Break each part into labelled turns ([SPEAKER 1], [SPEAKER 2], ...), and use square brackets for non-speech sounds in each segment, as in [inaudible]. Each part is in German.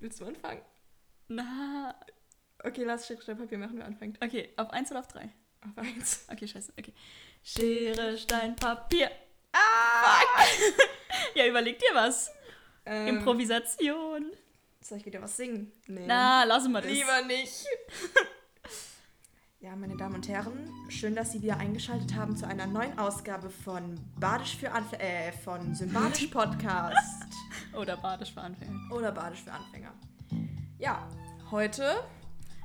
[SPEAKER 1] Willst du anfangen?
[SPEAKER 2] Na,
[SPEAKER 1] Okay, lass Schere, Stein, Papier machen, wer anfängt.
[SPEAKER 2] okay, auf eins oder auf drei?
[SPEAKER 1] Auf eins.
[SPEAKER 2] Okay, scheiße, okay. Schere, Stein, Papier.
[SPEAKER 1] Ah!
[SPEAKER 2] Ja, überleg dir was.
[SPEAKER 1] Ähm,
[SPEAKER 2] Improvisation.
[SPEAKER 1] Soll ich wieder was singen? Nee.
[SPEAKER 2] Na, lassen wir das.
[SPEAKER 1] Lieber nicht. [laughs] Ja, meine Damen und Herren, schön, dass Sie wieder eingeschaltet haben zu einer neuen Ausgabe von Badisch für Anfänger, äh, von [laughs] Sympathisch Podcast
[SPEAKER 2] Oder badisch für Anfänger.
[SPEAKER 1] oder Badisch für Anfänger. Ja, heute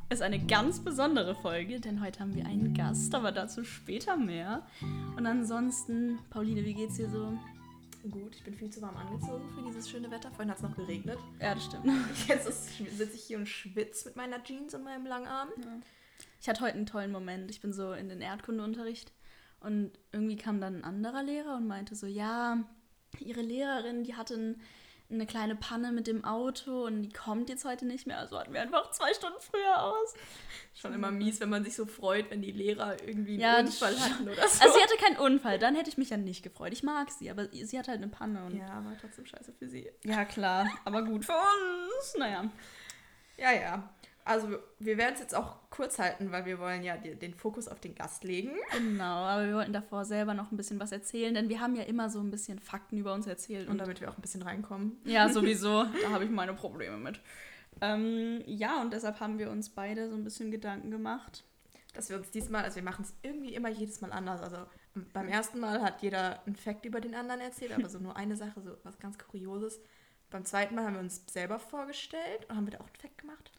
[SPEAKER 2] Ist eine ganz besondere Folge, denn heute haben wir einen Gast, aber dazu später mehr. Und ansonsten, Pauline, wie geht's dir so?
[SPEAKER 1] Gut, ich bin viel zu warm angezogen für dieses schöne Wetter. Vorhin hat es noch geregnet.
[SPEAKER 2] Ja, das stimmt.
[SPEAKER 1] Jetzt sitze ich hier und schwitze mit meiner Jeans und meinem langen Arm.
[SPEAKER 2] Ich hatte heute einen tollen Moment. Ich bin so in den Erdkundeunterricht und irgendwie kam dann ein anderer Lehrer und meinte so, ja, ihre Lehrerin, die hatte ein, eine kleine Panne mit dem Auto und die kommt jetzt heute nicht mehr. Also hatten wir einfach zwei Stunden früher aus.
[SPEAKER 1] Schon immer mies, wenn man sich so freut, wenn die Lehrer irgendwie einen
[SPEAKER 2] Ja, das
[SPEAKER 1] Unfall
[SPEAKER 2] schon.
[SPEAKER 1] hatten oder so.
[SPEAKER 2] Also sie hatte keinen Unfall, dann hätte ich mich ja nicht gefreut. Ich mag sie, aber sie hat halt eine Panne. Und
[SPEAKER 1] ja, war trotzdem scheiße für sie.
[SPEAKER 2] ja, klar, aber gut für uns. Naja.
[SPEAKER 1] Ja, ja. Also wir werden es jetzt auch kurz halten, weil wir wollen ja die, den Fokus auf den Gast legen.
[SPEAKER 2] Genau, aber wir wollten davor selber noch ein bisschen was erzählen, denn wir haben ja immer so ein bisschen Fakten über uns erzählt.
[SPEAKER 1] Und
[SPEAKER 2] Und
[SPEAKER 1] damit wir auch ein bisschen reinkommen.
[SPEAKER 2] ja, sowieso, da habe ich meine Probleme mit. Ähm, ja, und deshalb haben wir uns beide so ein bisschen Gedanken gemacht.
[SPEAKER 1] Dass wir uns diesmal, also wir machen es irgendwie immer jedes Mal anders. Also beim ersten Mal hat jeder einen Fact über den anderen erzählt, aber [laughs] so nur eine Sache, so was ganz Kurioses. Beim zweiten Mal haben wir uns selber vorgestellt und haben wir da auch einen Fact gemacht.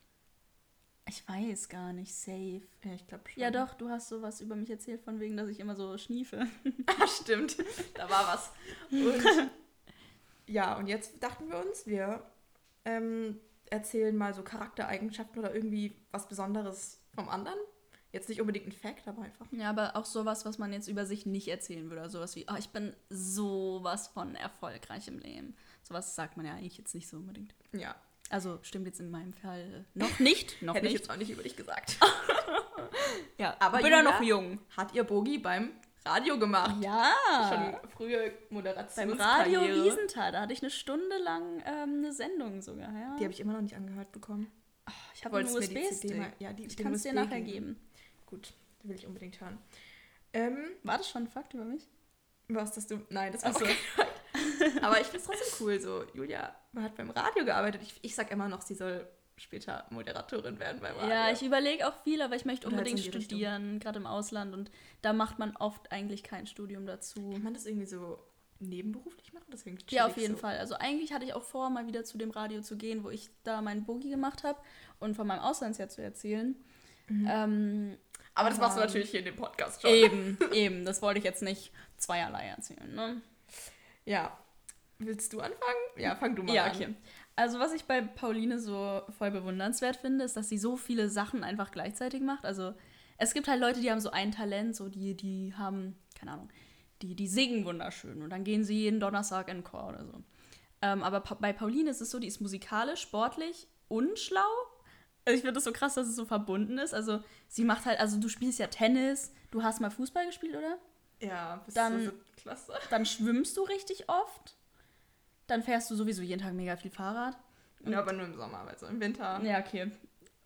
[SPEAKER 2] Ich weiß gar nicht, safe.
[SPEAKER 1] Ja, ich glaube schon.
[SPEAKER 2] Ja doch, du hast sowas über mich erzählt, von wegen, dass ich immer so schniefe.
[SPEAKER 1] [laughs] Ah, stimmt. Da war was. Und ja, und jetzt dachten wir uns, wir ähm, erzählen mal so Charaktereigenschaften oder irgendwie was Besonderes vom anderen. Jetzt nicht unbedingt ein Fact, aber einfach.
[SPEAKER 2] Ja, aber auch sowas, was man jetzt über sich nicht erzählen würde. Also Sowas wie, oh, ich bin sowas von erfolgreich im Leben. Sowas sagt man ja eigentlich jetzt nicht so unbedingt.
[SPEAKER 1] Ja,
[SPEAKER 2] Also stimmt jetzt in meinem Fall äh, noch nicht, noch
[SPEAKER 1] hätte ich
[SPEAKER 2] nicht.
[SPEAKER 1] jetzt auch nicht über dich gesagt. [laughs]
[SPEAKER 2] Ja,
[SPEAKER 1] Aber
[SPEAKER 2] bin ja
[SPEAKER 1] Julia-
[SPEAKER 2] noch jung.
[SPEAKER 1] Hat ihr Bogi beim Radio gemacht?
[SPEAKER 2] Ja.
[SPEAKER 1] Schon frühe
[SPEAKER 2] Beim
[SPEAKER 1] Moderation.
[SPEAKER 2] Radio Wiesenthal, da hatte ich eine Stunde lang ähm, eine Sendung sogar. Ja. Oh,
[SPEAKER 1] Die habe ich immer noch nicht angehört bekommen.
[SPEAKER 2] ich habe einen
[SPEAKER 1] Wolltest du mir die CD mal-
[SPEAKER 2] USB-Stick.
[SPEAKER 1] ja, die-
[SPEAKER 2] ich
[SPEAKER 1] den
[SPEAKER 2] kann es dir
[SPEAKER 1] USB
[SPEAKER 2] nachher
[SPEAKER 1] geben.
[SPEAKER 2] geben.
[SPEAKER 1] Gut, die will ich unbedingt hören. Ähm,
[SPEAKER 2] War das schon ein Fakt über mich?
[SPEAKER 1] Was, dass du. Nein, das war
[SPEAKER 2] Ach so.
[SPEAKER 1] okay. [laughs] Aber ich finde es trotzdem cool. So, Julia hat beim Radio gearbeitet. Ich, ich sag immer noch, sie soll später Moderatorin werden beim Radio.
[SPEAKER 2] Ja, ich überlege auch viel, aber ich möchte
[SPEAKER 1] Oder halt
[SPEAKER 2] unbedingt
[SPEAKER 1] so in die Richtung.
[SPEAKER 2] studieren, gerade im Ausland. Und da macht man oft eigentlich kein Studium dazu.
[SPEAKER 1] Kann man das irgendwie so nebenberuflich machen? Deswegen
[SPEAKER 2] Ja,
[SPEAKER 1] chill ich
[SPEAKER 2] auf jeden
[SPEAKER 1] Hm, so.
[SPEAKER 2] Fall. Also eigentlich hatte ich auch vor, mal wieder zu dem Radio zu gehen, wo ich da meinen Boogie gemacht habe und von meinem Auslandsjahr zu erzählen.
[SPEAKER 1] Mhm.
[SPEAKER 2] Ähm,
[SPEAKER 1] Aber das machst du
[SPEAKER 2] Ähm, eh.
[SPEAKER 1] natürlich hier in dem Podcast schon.
[SPEAKER 2] [laughs] eben, eben. Das wollte ich jetzt nicht zweierlei erzählen. Ne?
[SPEAKER 1] Ja. Willst du anfangen? Ja, fang du mal
[SPEAKER 2] Ja,
[SPEAKER 1] an.
[SPEAKER 2] okay. Also was ich bei Pauline so voll bewundernswert finde, ist, dass sie so viele Sachen einfach gleichzeitig macht. Also es gibt halt Leute, die haben so ein Talent, so die, die haben, keine Ahnung, die, die singen wunderschön und dann gehen sie jeden Donnerstag in den Chor oder so. Ähm, aber pa bei Pauline ist es so, die ist musikalisch, sportlich und schlau. Also ich finde das so krass, dass es so verbunden ist. Also sie macht halt, also du spielst ja Tennis, du hast mal Fußball gespielt, oder?
[SPEAKER 1] Ja, bis
[SPEAKER 2] Dann-
[SPEAKER 1] zur siebten Klasse.
[SPEAKER 2] Dann schwimmst du richtig oft. Dann fährst du sowieso jeden Tag mega viel Fahrrad.
[SPEAKER 1] Ja, aber nur im Sommer, also im Winter.
[SPEAKER 2] Ja, okay.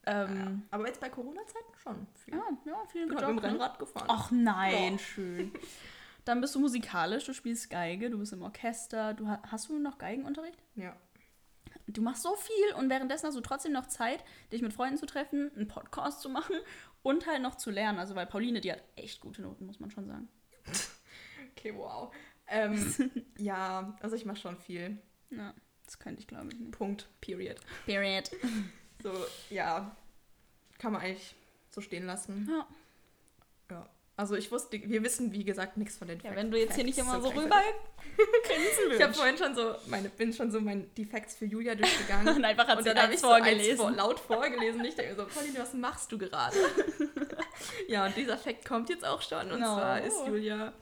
[SPEAKER 1] Ja.
[SPEAKER 2] Ähm,
[SPEAKER 1] Aber jetzt bei Corona-Zeiten schon. Viel.
[SPEAKER 2] ja, ja, vielen
[SPEAKER 1] Ich bin
[SPEAKER 2] Glück.
[SPEAKER 1] heute mit dem
[SPEAKER 2] ne?
[SPEAKER 1] Rennrad gefahren.
[SPEAKER 2] Ach nein,
[SPEAKER 1] Ja.
[SPEAKER 2] schön. Dann bist du musikalisch, du spielst Geige, du bist im Orchester, du ha- hast du noch Geigenunterricht?
[SPEAKER 1] Ja.
[SPEAKER 2] Du machst so viel und währenddessen hast du trotzdem noch Zeit, dich mit Freunden zu treffen, einen Podcast zu machen und halt noch zu lernen. Also weil Pauline, die hat echt gute Noten, muss man schon sagen.
[SPEAKER 1] Okay, wow.
[SPEAKER 2] [laughs]
[SPEAKER 1] Ähm, ja, also ich mache schon viel.
[SPEAKER 2] Ja, das könnte ich glaube ich nicht.
[SPEAKER 1] Punkt. Period.
[SPEAKER 2] Period.
[SPEAKER 1] So, ja. Kann man eigentlich so stehen lassen.
[SPEAKER 2] Ja.
[SPEAKER 1] Ja. Also ich wusste, wir wissen wie gesagt nichts von den
[SPEAKER 2] Ja,
[SPEAKER 1] Fact-
[SPEAKER 2] wenn du jetzt hier
[SPEAKER 1] Facts
[SPEAKER 2] nicht immer so
[SPEAKER 1] gleichzeitig.
[SPEAKER 2] rüber [laughs] grinsen
[SPEAKER 1] Ich habe
[SPEAKER 2] würdest.
[SPEAKER 1] vorhin schon so, meine, bin schon so mein, die Facts für Julia
[SPEAKER 2] [laughs]
[SPEAKER 1] durchgegangen.
[SPEAKER 2] Und einfach hat
[SPEAKER 1] und
[SPEAKER 2] sie
[SPEAKER 1] dann habe
[SPEAKER 2] eins
[SPEAKER 1] ich so eins
[SPEAKER 2] vorgelesen.
[SPEAKER 1] vor, laut vorgelesen. Ich denke mir so, Pauline, was machst du
[SPEAKER 2] [laughs]
[SPEAKER 1] gerade? ja, und dieser Fact kommt jetzt auch schon. Und
[SPEAKER 2] No.
[SPEAKER 1] zwar ist Julia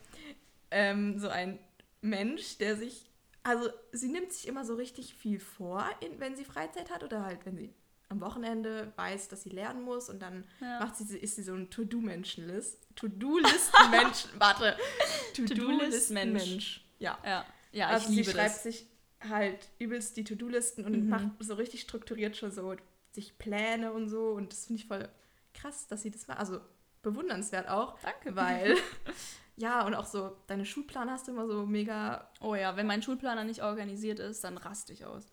[SPEAKER 1] ähm, so ein Mensch, der sich, also sie nimmt sich immer so richtig viel vor, in, wenn sie Freizeit hat oder halt, wenn sie am Wochenende weiß, dass sie lernen muss und dann
[SPEAKER 2] Ja.
[SPEAKER 1] macht sie, ist sie so ein To-Do-Menschenlist.
[SPEAKER 2] [laughs]
[SPEAKER 1] To-Do-List-Mensch. Warte.
[SPEAKER 2] To-Do-List-Mensch.
[SPEAKER 1] Ja.
[SPEAKER 2] Ja, ja,
[SPEAKER 1] also
[SPEAKER 2] ich liebe
[SPEAKER 1] sie schreibt
[SPEAKER 2] das.
[SPEAKER 1] sich halt übelst die To-Do-Listen und
[SPEAKER 2] Mhm.
[SPEAKER 1] macht so richtig strukturiert schon so sich Pläne und so. Und das finde ich voll krass, dass sie das macht. Also bewundernswert
[SPEAKER 2] [laughs]
[SPEAKER 1] auch,
[SPEAKER 2] Danke.
[SPEAKER 1] weil ja, und auch so deine Schulplan hast du immer so mega.
[SPEAKER 2] Oh ja, wenn mein Schulplaner nicht organisiert ist, dann raste ich aus.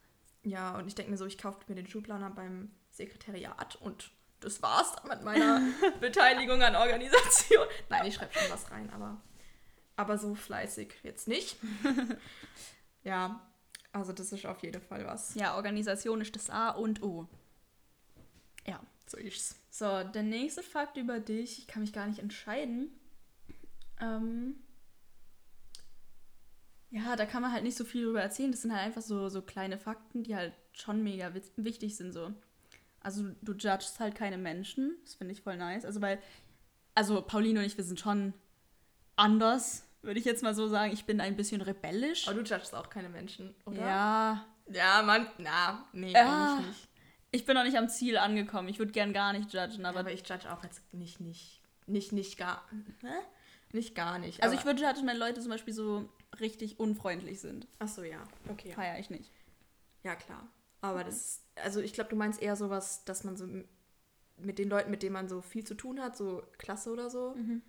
[SPEAKER 1] Ja, und ich denke mir so, ich kaufte mir den Schulplaner beim Sekretariat und das war's dann mit
[SPEAKER 2] [laughs]
[SPEAKER 1] meiner [laughs] Beteiligung an Organisation. Nein, ich schreibe schon was rein, aber, aber so fleißig jetzt
[SPEAKER 2] [laughs]
[SPEAKER 1] nicht. ja, also das ist auf jeden Fall was.
[SPEAKER 2] Ja, Organisation ist das A und O. Ja.
[SPEAKER 1] So ist's.
[SPEAKER 2] So, der nächste Fakt über dich, ich kann mich gar nicht entscheiden. Ähm, ja, da kann man halt nicht so viel drüber erzählen. Das sind halt einfach so, so kleine Fakten, die halt schon mega witz- wichtig sind. So. Also du judgst halt keine Menschen. Das finde ich voll nice. Also weil, also Pauline und ich, wir sind schon anders, würde ich jetzt mal so sagen. Ich bin ein bisschen rebellisch.
[SPEAKER 1] Aber du judgst auch keine Menschen, oder?
[SPEAKER 2] Ja,
[SPEAKER 1] Ja, man, na, nee,
[SPEAKER 2] Ja.
[SPEAKER 1] eigentlich nicht.
[SPEAKER 2] ich bin noch nicht am Ziel angekommen. Ich würde gern gar nicht judgen, aber
[SPEAKER 1] Aber, ich judge auch jetzt nicht, nicht, nicht, nicht gar, hä? nicht gar nicht.
[SPEAKER 2] Also
[SPEAKER 1] aber-
[SPEAKER 2] ich würde judgen, wenn Leute zum Beispiel so richtig unfreundlich sind.
[SPEAKER 1] ach so, ja, okay.
[SPEAKER 2] Feier ich nicht.
[SPEAKER 1] Ja, klar. Aber das, also ich glaube, du meinst eher sowas, dass man so m- mit den Leuten, mit denen man so viel zu tun hat, so Klasse oder so.
[SPEAKER 2] Mhm.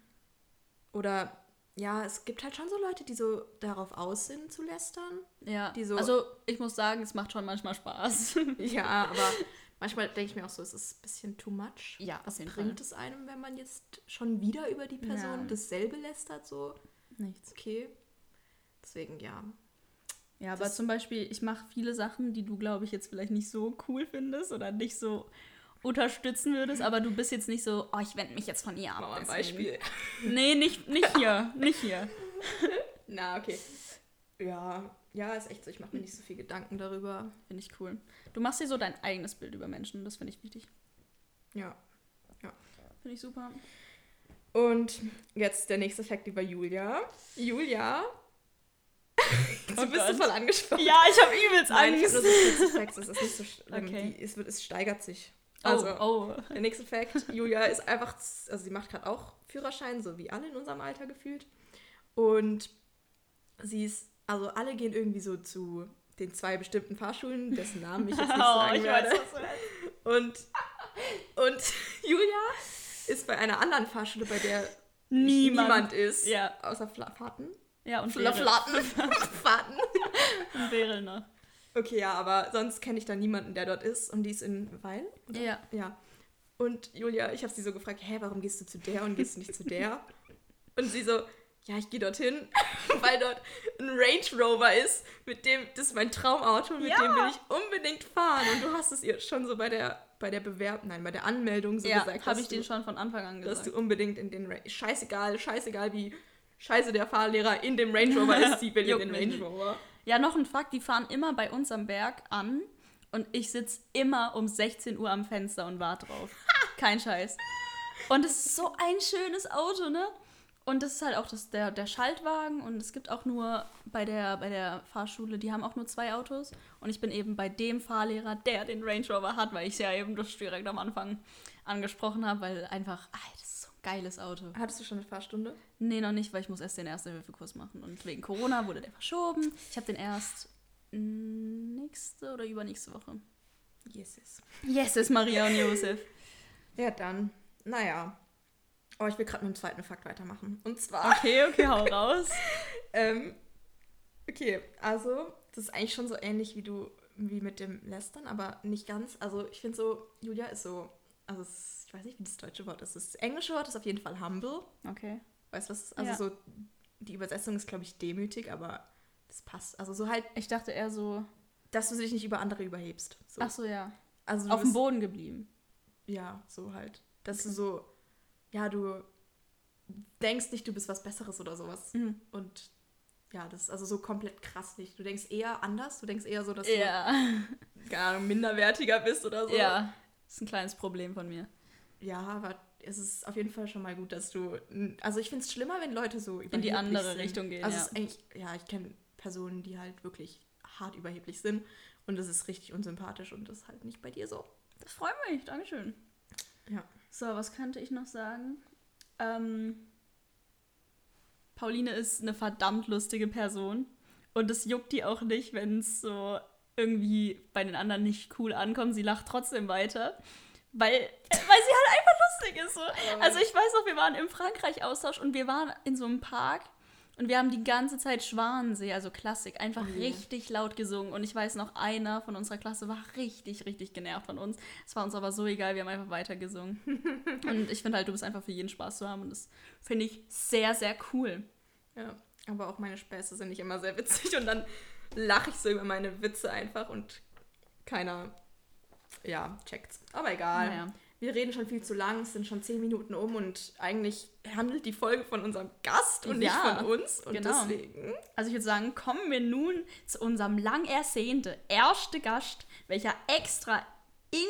[SPEAKER 1] Oder ja, es gibt halt schon so Leute, die so darauf aus sind zu lästern. [laughs]
[SPEAKER 2] Ja.
[SPEAKER 1] Die so-
[SPEAKER 2] also ich muss sagen, es macht schon manchmal Spaß. [laughs]
[SPEAKER 1] Ja, aber manchmal denke ich mir auch so, es ist ein bisschen too much.
[SPEAKER 2] Ja,
[SPEAKER 1] was
[SPEAKER 2] auf jeden
[SPEAKER 1] bringt es einem, wenn man jetzt schon wieder über die Person
[SPEAKER 2] Ja.
[SPEAKER 1] dasselbe lästert so?
[SPEAKER 2] Nichts.
[SPEAKER 1] Okay. Deswegen ja.
[SPEAKER 2] Ja, aber
[SPEAKER 1] Das-
[SPEAKER 2] zum Beispiel, ich mache viele Sachen, die du, glaube ich, jetzt vielleicht nicht so cool findest oder nicht so unterstützen würdest, aber du bist jetzt nicht so, oh, ich wende mich jetzt von ihr ab.
[SPEAKER 1] Mach mal ein
[SPEAKER 2] deswegen. Nee, nicht, nicht hier. Nicht hier.
[SPEAKER 1] [laughs] Na, okay. Ja, ja, ist echt so, ich mache mir nicht so viel Gedanken darüber.
[SPEAKER 2] Finde ich cool. Du machst dir so dein eigenes Bild über Menschen, das finde ich wichtig.
[SPEAKER 1] Ja.
[SPEAKER 2] Finde ich super.
[SPEAKER 1] Und jetzt der nächste Fakt über Julia. [laughs] Julia. du
[SPEAKER 2] Oh
[SPEAKER 1] bist so
[SPEAKER 2] Gott.
[SPEAKER 1] voll angespannt.
[SPEAKER 2] Ja, ich habe übelst
[SPEAKER 1] Nein, ich hab nur
[SPEAKER 2] Angst.
[SPEAKER 1] so 40 Facts, es ist nicht so schlimm.
[SPEAKER 2] Okay.
[SPEAKER 1] Die, es, wird, es steigert sich.
[SPEAKER 2] Also,
[SPEAKER 1] Also,
[SPEAKER 2] oh, oh.
[SPEAKER 1] der nächste Fact, Julia ist einfach, z- also sie macht gerade auch Führerschein, so wie alle in unserem Alter gefühlt. Und sie ist, also alle gehen irgendwie so zu den zwei bestimmten Fahrschulen, dessen Namen ich jetzt
[SPEAKER 2] [laughs]
[SPEAKER 1] nicht
[SPEAKER 2] Oh,
[SPEAKER 1] sagen werde.
[SPEAKER 2] was du meinst.
[SPEAKER 1] Und, und [laughs] Julia ist bei einer anderen Fahrschule, bei der niemand,
[SPEAKER 2] Niemand.
[SPEAKER 1] ist,
[SPEAKER 2] Ja.
[SPEAKER 1] außer Fla Fahrten.
[SPEAKER 2] Ja, und
[SPEAKER 1] Fla
[SPEAKER 2] Beryl. [laughs]
[SPEAKER 1] Flaten. Fahrten.
[SPEAKER 2] Und Beryl noch.
[SPEAKER 1] ne? Okay, ja, aber sonst kenne ich da niemanden, der dort ist. Und die ist in Weil? oder?
[SPEAKER 2] Ja.
[SPEAKER 1] Ja. Und Julia, ich habe sie so gefragt, hä, warum gehst du zu der und gehst nicht zu der? Und sie so, ja, ich gehe dorthin, [laughs] weil dort ein Range Rover ist, mit dem, das ist mein Traumauto, mit
[SPEAKER 2] Ja.
[SPEAKER 1] dem will ich unbedingt fahren. Und du hast es ihr schon so bei der, bei der Bewerb, nein, bei der Anmeldung so
[SPEAKER 2] ja,
[SPEAKER 1] gesagt.
[SPEAKER 2] habe
[SPEAKER 1] dass
[SPEAKER 2] ich den
[SPEAKER 1] du-
[SPEAKER 2] schon von Anfang an
[SPEAKER 1] dass
[SPEAKER 2] gesagt.
[SPEAKER 1] du unbedingt in den Range, scheißegal, scheißegal wie scheiße der Fahrlehrer in dem Range Rover ist,
[SPEAKER 2] [laughs]
[SPEAKER 1] sie will in
[SPEAKER 2] Juckt
[SPEAKER 1] den
[SPEAKER 2] mich
[SPEAKER 1] Range
[SPEAKER 2] nicht.
[SPEAKER 1] Rover.
[SPEAKER 2] Ja, noch ein Fakt, die fahren immer bei uns am Berg an und ich sitze immer um 16 Uhr am Fenster und warte drauf. Kein Scheiß. Und es ist so ein schönes Auto, ne? Und das ist halt auch das, der, der Schaltwagen und es gibt auch nur bei der, bei der Fahrschule, die haben auch nur zwei Autos und ich bin eben bei dem Fahrlehrer, der den Range Rover hat, weil ich ja eben das direkt am Anfang angesprochen habe, weil einfach, ey, das ist so ein geiles Auto.
[SPEAKER 1] Hattest du schon eine Fahrstunde?
[SPEAKER 2] Nee, noch nicht, weil ich muss erst den Erste-Hilfe-Kurs machen. Und wegen Corona wurde der verschoben. Ich habe den erst mm, nächste oder übernächste Woche.
[SPEAKER 1] Jesus.
[SPEAKER 2] Yes, es ist Maria und Josef.
[SPEAKER 1] Ja, dann. Naja. Aber ich will gerade mit dem zweiten Fakt weitermachen. Und zwar,
[SPEAKER 2] Okay, okay, hau raus.
[SPEAKER 1] ähm, okay, also, das ist eigentlich schon so ähnlich wie du, wie mit dem Lästern, aber nicht ganz. Also, ich finde so, Julia ist so, also, es, ist- ich weiß nicht, wie das deutsche Wort ist. Das englische Wort ist auf jeden Fall humble.
[SPEAKER 2] Okay.
[SPEAKER 1] Weißt du, was? es- Also,
[SPEAKER 2] Ja.
[SPEAKER 1] so, die Übersetzung ist, glaube ich, demütig, aber das passt. Also, so halt,
[SPEAKER 2] Ich dachte eher so,
[SPEAKER 1] dass du dich nicht über andere überhebst. So.
[SPEAKER 2] ach so, ja.
[SPEAKER 1] also, du
[SPEAKER 2] Auf dem
[SPEAKER 1] bist-
[SPEAKER 2] Boden geblieben.
[SPEAKER 1] Ja, so halt. Dass du so, ja, du denkst nicht, du bist was Besseres oder sowas.
[SPEAKER 2] Mhm.
[SPEAKER 1] Und ja, das ist also so komplett krass nicht. Du denkst eher anders, du denkst eher so, dass
[SPEAKER 2] Ja.
[SPEAKER 1] du, keine Ahnung, minderwertiger bist oder so.
[SPEAKER 2] [laughs] Ja. Ist ein kleines Problem von mir.
[SPEAKER 1] Ja, aber es ist auf jeden Fall schon mal gut, dass du, also ich finde es schlimmer, wenn Leute so überheblich
[SPEAKER 2] In die andere
[SPEAKER 1] sind.
[SPEAKER 2] Richtung gehen,
[SPEAKER 1] Also
[SPEAKER 2] ja.
[SPEAKER 1] es ist eigentlich, ja, ich kenne Personen, die halt wirklich hart überheblich sind und das ist richtig unsympathisch und das ist halt nicht bei dir so.
[SPEAKER 2] Das freut mich, Dankeschön.
[SPEAKER 1] Ja.
[SPEAKER 2] So, was könnte ich noch sagen? Ähm, Pauline ist eine verdammt lustige Person Und es juckt die auch nicht, wenn es so irgendwie bei den anderen nicht cool ankommt. Sie lacht trotzdem weiter. Weil, weil sie halt einfach lustig ist. So. Also ich weiß noch, wir waren im Frankreich-Austausch und wir waren in so einem Park und wir haben die ganze Zeit Schwanensee, also Klassik, einfach
[SPEAKER 1] Oh je.
[SPEAKER 2] richtig laut gesungen. Und ich weiß noch, einer von unserer Klasse war richtig, richtig genervt von uns. Es war uns aber so egal, wir haben einfach weiter gesungen. [laughs] und ich finde halt, du bist einfach für jeden Spaß zu haben. Und das finde ich sehr, sehr cool.
[SPEAKER 1] Ja, aber auch meine Späße sind nicht immer sehr witzig und dann lache ich so über meine Witze einfach und keiner, ja, checkt's. Aber egal.
[SPEAKER 2] Naja.
[SPEAKER 1] Wir reden schon viel zu lang, es sind schon zehn Minuten um und eigentlich handelt die Folge von unserem Gast und
[SPEAKER 2] Ja,
[SPEAKER 1] nicht von uns. Und
[SPEAKER 2] genau.
[SPEAKER 1] deswegen.
[SPEAKER 2] Also ich würde sagen, kommen wir nun zu unserem lang ersehnten ersten Gast, welcher extra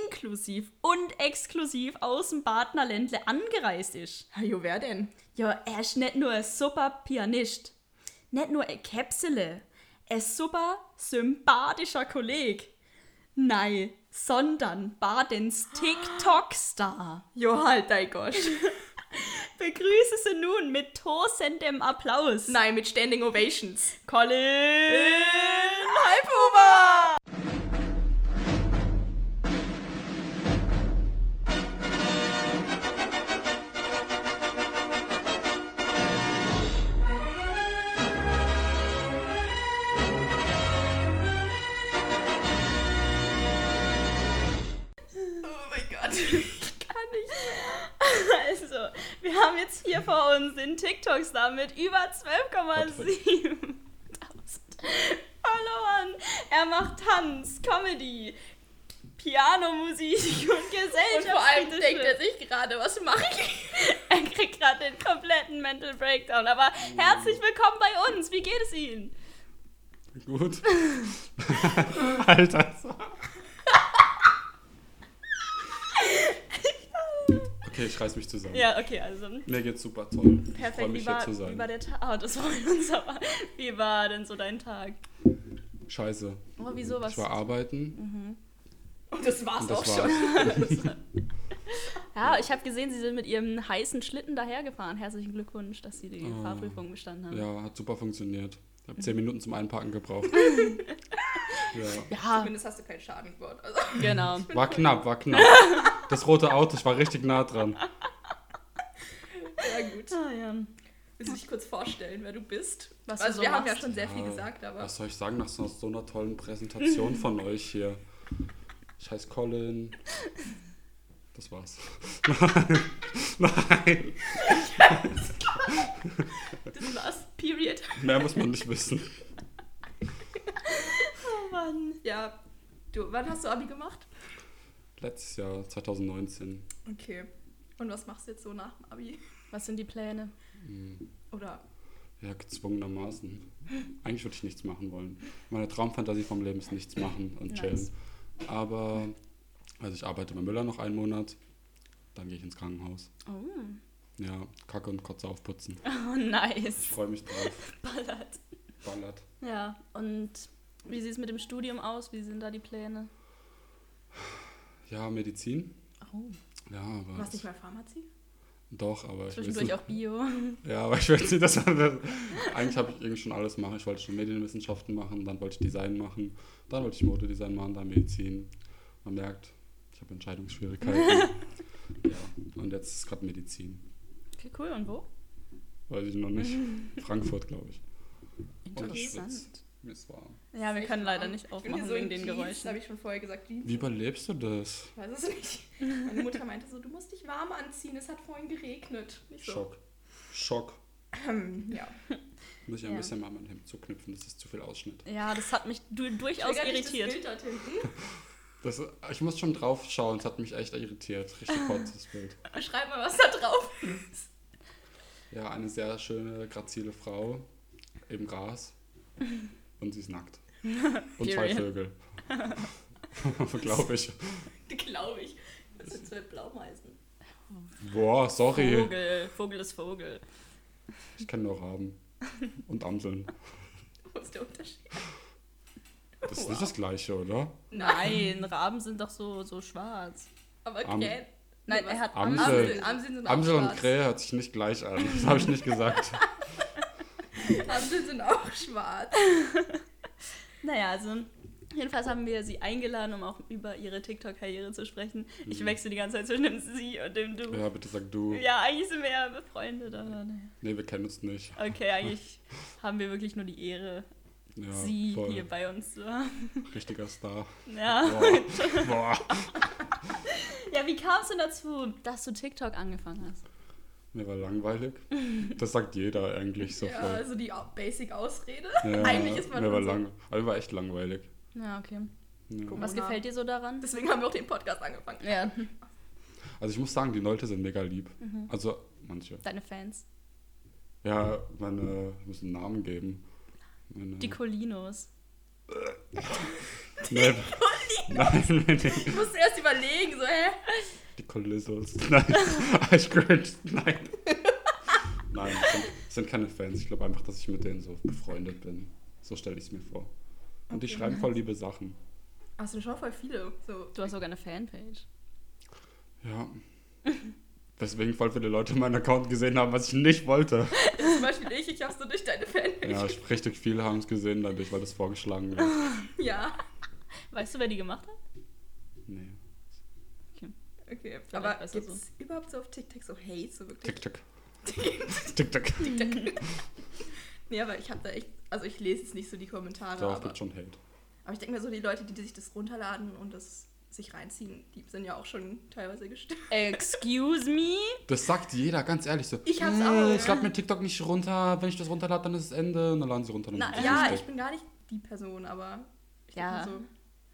[SPEAKER 2] inklusiv und exklusiv aus dem Badner Ländle angereist ist.
[SPEAKER 1] Ja, Jo, wer denn?
[SPEAKER 2] Ja, er ist nicht nur ein super Pianist, nicht nur ein Käpsele, ein super sympathischer Kollege. Nein, sondern Badens TikTok-Star.
[SPEAKER 1] Jo, halt dein
[SPEAKER 2] [laughs]
[SPEAKER 1] Gosch.
[SPEAKER 2] Begrüße sie nun mit tosendem Applaus.
[SPEAKER 1] Nein, mit Standing Ovations.
[SPEAKER 2] Colin!
[SPEAKER 1] Hi, Puma! Oh mein Gott.
[SPEAKER 2] Kann nicht mehr. [laughs] Also, wir haben jetzt hier vor uns den TikTok-Star mit über 12,7 Followern. Er macht Tanz, Comedy, Pianomusik und
[SPEAKER 1] Und vor allem denkt er
[SPEAKER 2] Gesellschaft.
[SPEAKER 1] sich gerade, was mache ich?
[SPEAKER 2] Er kriegt gerade den kompletten Mental Breakdown. Aber herzlich willkommen bei uns. Wie geht es Ihnen?
[SPEAKER 3] Gut. Alter. Okay, ich reiß mich zusammen.
[SPEAKER 2] Ja, okay, also.
[SPEAKER 3] Mir geht's super toll. ich freue
[SPEAKER 2] Perfekt,
[SPEAKER 3] mich
[SPEAKER 2] wie
[SPEAKER 3] hier
[SPEAKER 2] war,
[SPEAKER 3] zu
[SPEAKER 2] wie
[SPEAKER 3] sein.
[SPEAKER 2] war der Tag? Ah, das freut uns aber. Wie war denn so dein Tag?
[SPEAKER 3] Scheiße.
[SPEAKER 2] Oh, wieso? Was?
[SPEAKER 3] Ich war
[SPEAKER 2] Mhm.
[SPEAKER 3] arbeiten.
[SPEAKER 1] Und das war's
[SPEAKER 3] Und das
[SPEAKER 1] auch
[SPEAKER 3] war's.
[SPEAKER 1] schon.
[SPEAKER 2] Ja, ich habe gesehen, Sie sind mit Ihrem heißen Schlitten dahergefahren. Herzlichen Glückwunsch, dass Sie die
[SPEAKER 3] Oh.
[SPEAKER 2] Fahrprüfung bestanden haben.
[SPEAKER 3] Ja, hat super funktioniert. Ich habe zehn Minuten zum
[SPEAKER 2] [laughs]
[SPEAKER 3] Einparken gebraucht. ja.
[SPEAKER 2] Ja,
[SPEAKER 1] Zumindest hast du keinen Schaden geworden. Also. [laughs]
[SPEAKER 2] genau.
[SPEAKER 3] War knapp, war knapp. Das rote Auto, ich war richtig nah dran.
[SPEAKER 1] Ja, gut.
[SPEAKER 2] Ah, ja.
[SPEAKER 1] Willst du dich kurz vorstellen, wer du bist?
[SPEAKER 2] Was
[SPEAKER 1] also,
[SPEAKER 2] du so
[SPEAKER 1] wir haben ja
[SPEAKER 2] machst?
[SPEAKER 1] schon sehr viel
[SPEAKER 3] Ja,
[SPEAKER 1] gesagt, aber.
[SPEAKER 3] Äh, Was soll ich sagen nach so, so einer tollen Präsentation von
[SPEAKER 1] [laughs]
[SPEAKER 3] euch hier? Ich heiße Colin. Das war's. Nein,
[SPEAKER 1] Das war's. Period.
[SPEAKER 3] mehr muss man nicht wissen.
[SPEAKER 2] Oh Mann.
[SPEAKER 1] Ja. Du, wann hast du Abi gemacht?
[SPEAKER 3] Letztes Jahr, 2019.
[SPEAKER 1] Okay. Und was machst du jetzt so nach dem Abi?
[SPEAKER 2] Was sind die Pläne?
[SPEAKER 3] Hm,
[SPEAKER 1] Oder?
[SPEAKER 3] Ja, gezwungenermaßen. Eigentlich würde ich nichts machen wollen. Meine Traumfantasie vom Leben ist nichts machen und chillen.
[SPEAKER 2] Nice.
[SPEAKER 3] Aber, also ich arbeite bei Müller noch einen Monat. Dann gehe ich ins Krankenhaus.
[SPEAKER 2] Oh, [laughs]
[SPEAKER 3] Ja, Kacke und Kotze aufputzen.
[SPEAKER 2] oh
[SPEAKER 3] Ich
[SPEAKER 2] nice.
[SPEAKER 3] freue mich drauf.
[SPEAKER 2] Ballert.
[SPEAKER 3] Ballert.
[SPEAKER 2] Ja, und wie sieht es mit dem Studium aus? Wie sind da die Pläne?
[SPEAKER 3] Ja, Medizin.
[SPEAKER 2] Oh.
[SPEAKER 3] Ja, aber.
[SPEAKER 1] Warst nicht mal Pharmazie?
[SPEAKER 3] Doch, aber ich weiß
[SPEAKER 2] Zwischendurch
[SPEAKER 3] nicht.
[SPEAKER 2] auch Bio.
[SPEAKER 3] Ja, aber ich weiß nicht, dass man das. Eigentlich habe ich irgendwie schon alles machen. Ich wollte schon Medienwissenschaften machen, dann wollte ich Design machen, dann wollte ich Modedesign machen, dann Medizin. Man merkt, ich
[SPEAKER 2] [laughs]
[SPEAKER 3] habe Entscheidungsschwierigkeiten. ja, und jetzt ist gerade Medizin.
[SPEAKER 2] Okay, cool. Und wo?
[SPEAKER 3] Weiß ich noch nicht. Frankfurt, glaube ich.
[SPEAKER 2] Interessant.
[SPEAKER 3] Mir ist warm.
[SPEAKER 2] Ja, wir
[SPEAKER 1] Echt
[SPEAKER 2] können leider
[SPEAKER 1] warm.
[SPEAKER 2] nicht
[SPEAKER 1] Ich bin hier
[SPEAKER 2] aufmachen
[SPEAKER 1] so
[SPEAKER 2] wegen
[SPEAKER 1] in
[SPEAKER 2] den
[SPEAKER 1] Jeans, Das habe
[SPEAKER 2] Geräuschen.
[SPEAKER 1] ich schon vorher gesagt. Jeans.
[SPEAKER 3] Wie überlebst du das?
[SPEAKER 1] Ich weiß es nicht. Meine Mutter meinte so, du musst dich warm anziehen, es hat vorhin geregnet. Nicht so.
[SPEAKER 3] Schock. Schock.
[SPEAKER 1] Ähm, ja.
[SPEAKER 3] Muss ich ein
[SPEAKER 2] Ja.
[SPEAKER 3] bisschen mal mein Hemd zuknüpfen, das ist zu viel Ausschnitt.
[SPEAKER 2] Ja, das hat mich du durchaus
[SPEAKER 1] Triggert dich
[SPEAKER 2] irritiert.
[SPEAKER 1] Das Bild dort hinten.
[SPEAKER 3] Das, ich muss schon drauf schauen, es hat mich echt irritiert. Richtig hot, das Bild.
[SPEAKER 1] Schreib mal was da drauf.
[SPEAKER 3] Ja, eine sehr schöne, grazile Frau im Gras. Und sie ist nackt. Und zwei
[SPEAKER 2] Period.
[SPEAKER 3] Vögel. Glaube ich.
[SPEAKER 1] Glaube ich. Das sind zwei Blaumeisen.
[SPEAKER 3] Boah, sorry.
[SPEAKER 2] Vogel, Vogel ist Vogel.
[SPEAKER 3] Ich kenne nur Raben. Und Amseln.
[SPEAKER 1] Wo ist der Unterschied?
[SPEAKER 3] Das ist nicht das Gleiche, oder?
[SPEAKER 1] [laughs]
[SPEAKER 2] Nein, Raben sind doch so, so schwarz.
[SPEAKER 1] Aber
[SPEAKER 3] Am-
[SPEAKER 1] Krähen.
[SPEAKER 2] Nein,
[SPEAKER 1] Nee,
[SPEAKER 2] er
[SPEAKER 1] was?
[SPEAKER 2] hat
[SPEAKER 3] Amsel.
[SPEAKER 1] Amseln. Amseln sind auch
[SPEAKER 3] Amsel und
[SPEAKER 1] schwarz.
[SPEAKER 3] Krähe hört sich nicht gleich an. Das habe ich nicht gesagt.
[SPEAKER 1] Handeln sind auch schwarz.
[SPEAKER 2] Naja, also jedenfalls haben wir sie eingeladen, um auch über ihre TikTok-Karriere zu sprechen. Ich
[SPEAKER 3] Mhm.
[SPEAKER 2] wechsle die ganze Zeit zwischen dem Sie und dem Du. Ja,
[SPEAKER 3] Ja, bitte sag du.
[SPEAKER 2] eigentlich sind wir ja befreundet, aber naja.
[SPEAKER 3] Nee, wir kennen uns nicht.
[SPEAKER 2] Okay, eigentlich haben wir wirklich nur die Ehre,
[SPEAKER 3] Ja,
[SPEAKER 2] Sie
[SPEAKER 3] voll.
[SPEAKER 2] hier bei uns zu haben. [laughs]
[SPEAKER 3] Richtiger Star.
[SPEAKER 2] Ja.
[SPEAKER 3] Boah. Boah.
[SPEAKER 2] ja, wie kamst du dazu, dass du TikTok angefangen hast?
[SPEAKER 3] Mir war langweilig. Das sagt jeder eigentlich so
[SPEAKER 1] ja,
[SPEAKER 3] voll.
[SPEAKER 1] also die au- Basic-Ausrede.
[SPEAKER 3] Ja,
[SPEAKER 1] Eigentlich ist man
[SPEAKER 3] mir war
[SPEAKER 1] schon so.
[SPEAKER 3] lang, aber mir war echt langweilig.
[SPEAKER 2] Ja, okay.
[SPEAKER 3] Ja.
[SPEAKER 2] Was
[SPEAKER 1] Corona.
[SPEAKER 2] gefällt dir so daran?
[SPEAKER 1] Deswegen haben wir auch den Podcast angefangen.
[SPEAKER 2] Ja, [laughs]
[SPEAKER 3] Also ich muss sagen, die Leute sind mega lieb. Also manche.
[SPEAKER 2] deine Fans.
[SPEAKER 3] Ja, meine, ich muss einen Namen geben. Meine,
[SPEAKER 2] Die Colinos.
[SPEAKER 3] Nein, nein, nein, nein.
[SPEAKER 1] Ich musste erst überlegen, so, hä?
[SPEAKER 3] Die Colisos. Nein, ich cringe. Nein. Nein, es sind, es sind keine Fans. Ich glaube einfach, dass ich mit denen so befreundet bin. So stelle ich es mir vor. Und die
[SPEAKER 1] Okay,
[SPEAKER 3] schreiben voll liebe Sachen.
[SPEAKER 1] Hast du schon voll viele.
[SPEAKER 2] [laughs]
[SPEAKER 1] So.
[SPEAKER 2] Du hast sogar eine Fanpage.
[SPEAKER 3] Ja. Deswegen voll viele Leute meinen Account gesehen haben, was ich nicht wollte.
[SPEAKER 1] Zum Beispiel ich, ich hab's nur durch deine Fanpage.
[SPEAKER 3] Ja, ich- richtig viele haben es gesehen dadurch, weil das vorgeschlagen wird.
[SPEAKER 1] Ja.
[SPEAKER 2] Weißt du, wer die gemacht hat?
[SPEAKER 3] Nee.
[SPEAKER 1] Okay.
[SPEAKER 2] Vielleicht
[SPEAKER 1] Aber
[SPEAKER 2] besser
[SPEAKER 1] gibt's überhaupt so auf TikTok so Hate, so wirklich?
[SPEAKER 3] Tick,
[SPEAKER 1] [laughs]
[SPEAKER 3] tick. Tick, tick.
[SPEAKER 1] TikTok. nee, aber ich hab da echt, also ich lese jetzt nicht so die Kommentare,
[SPEAKER 3] Darauf
[SPEAKER 1] aber,
[SPEAKER 3] gibt schon Hate.
[SPEAKER 1] aber ich denke mir so, die Leute, die sich das runterladen und das sich reinziehen, die sind ja auch schon teilweise gestört.
[SPEAKER 2] Excuse me?
[SPEAKER 3] Das sagt jeder, ganz ehrlich so.
[SPEAKER 1] Ich hab's
[SPEAKER 3] "Äh,
[SPEAKER 1] auch."
[SPEAKER 3] Ich lade mir TikTok nicht runter. Wenn ich das runterlade, dann ist es Ende. Und dann laden sie runter. dann
[SPEAKER 1] Na,
[SPEAKER 3] ist
[SPEAKER 1] [laughs]
[SPEAKER 3] es
[SPEAKER 1] ja,
[SPEAKER 3] weg.
[SPEAKER 1] ich bin gar nicht die Person, aber ich denk
[SPEAKER 2] Ja.
[SPEAKER 1] mir so,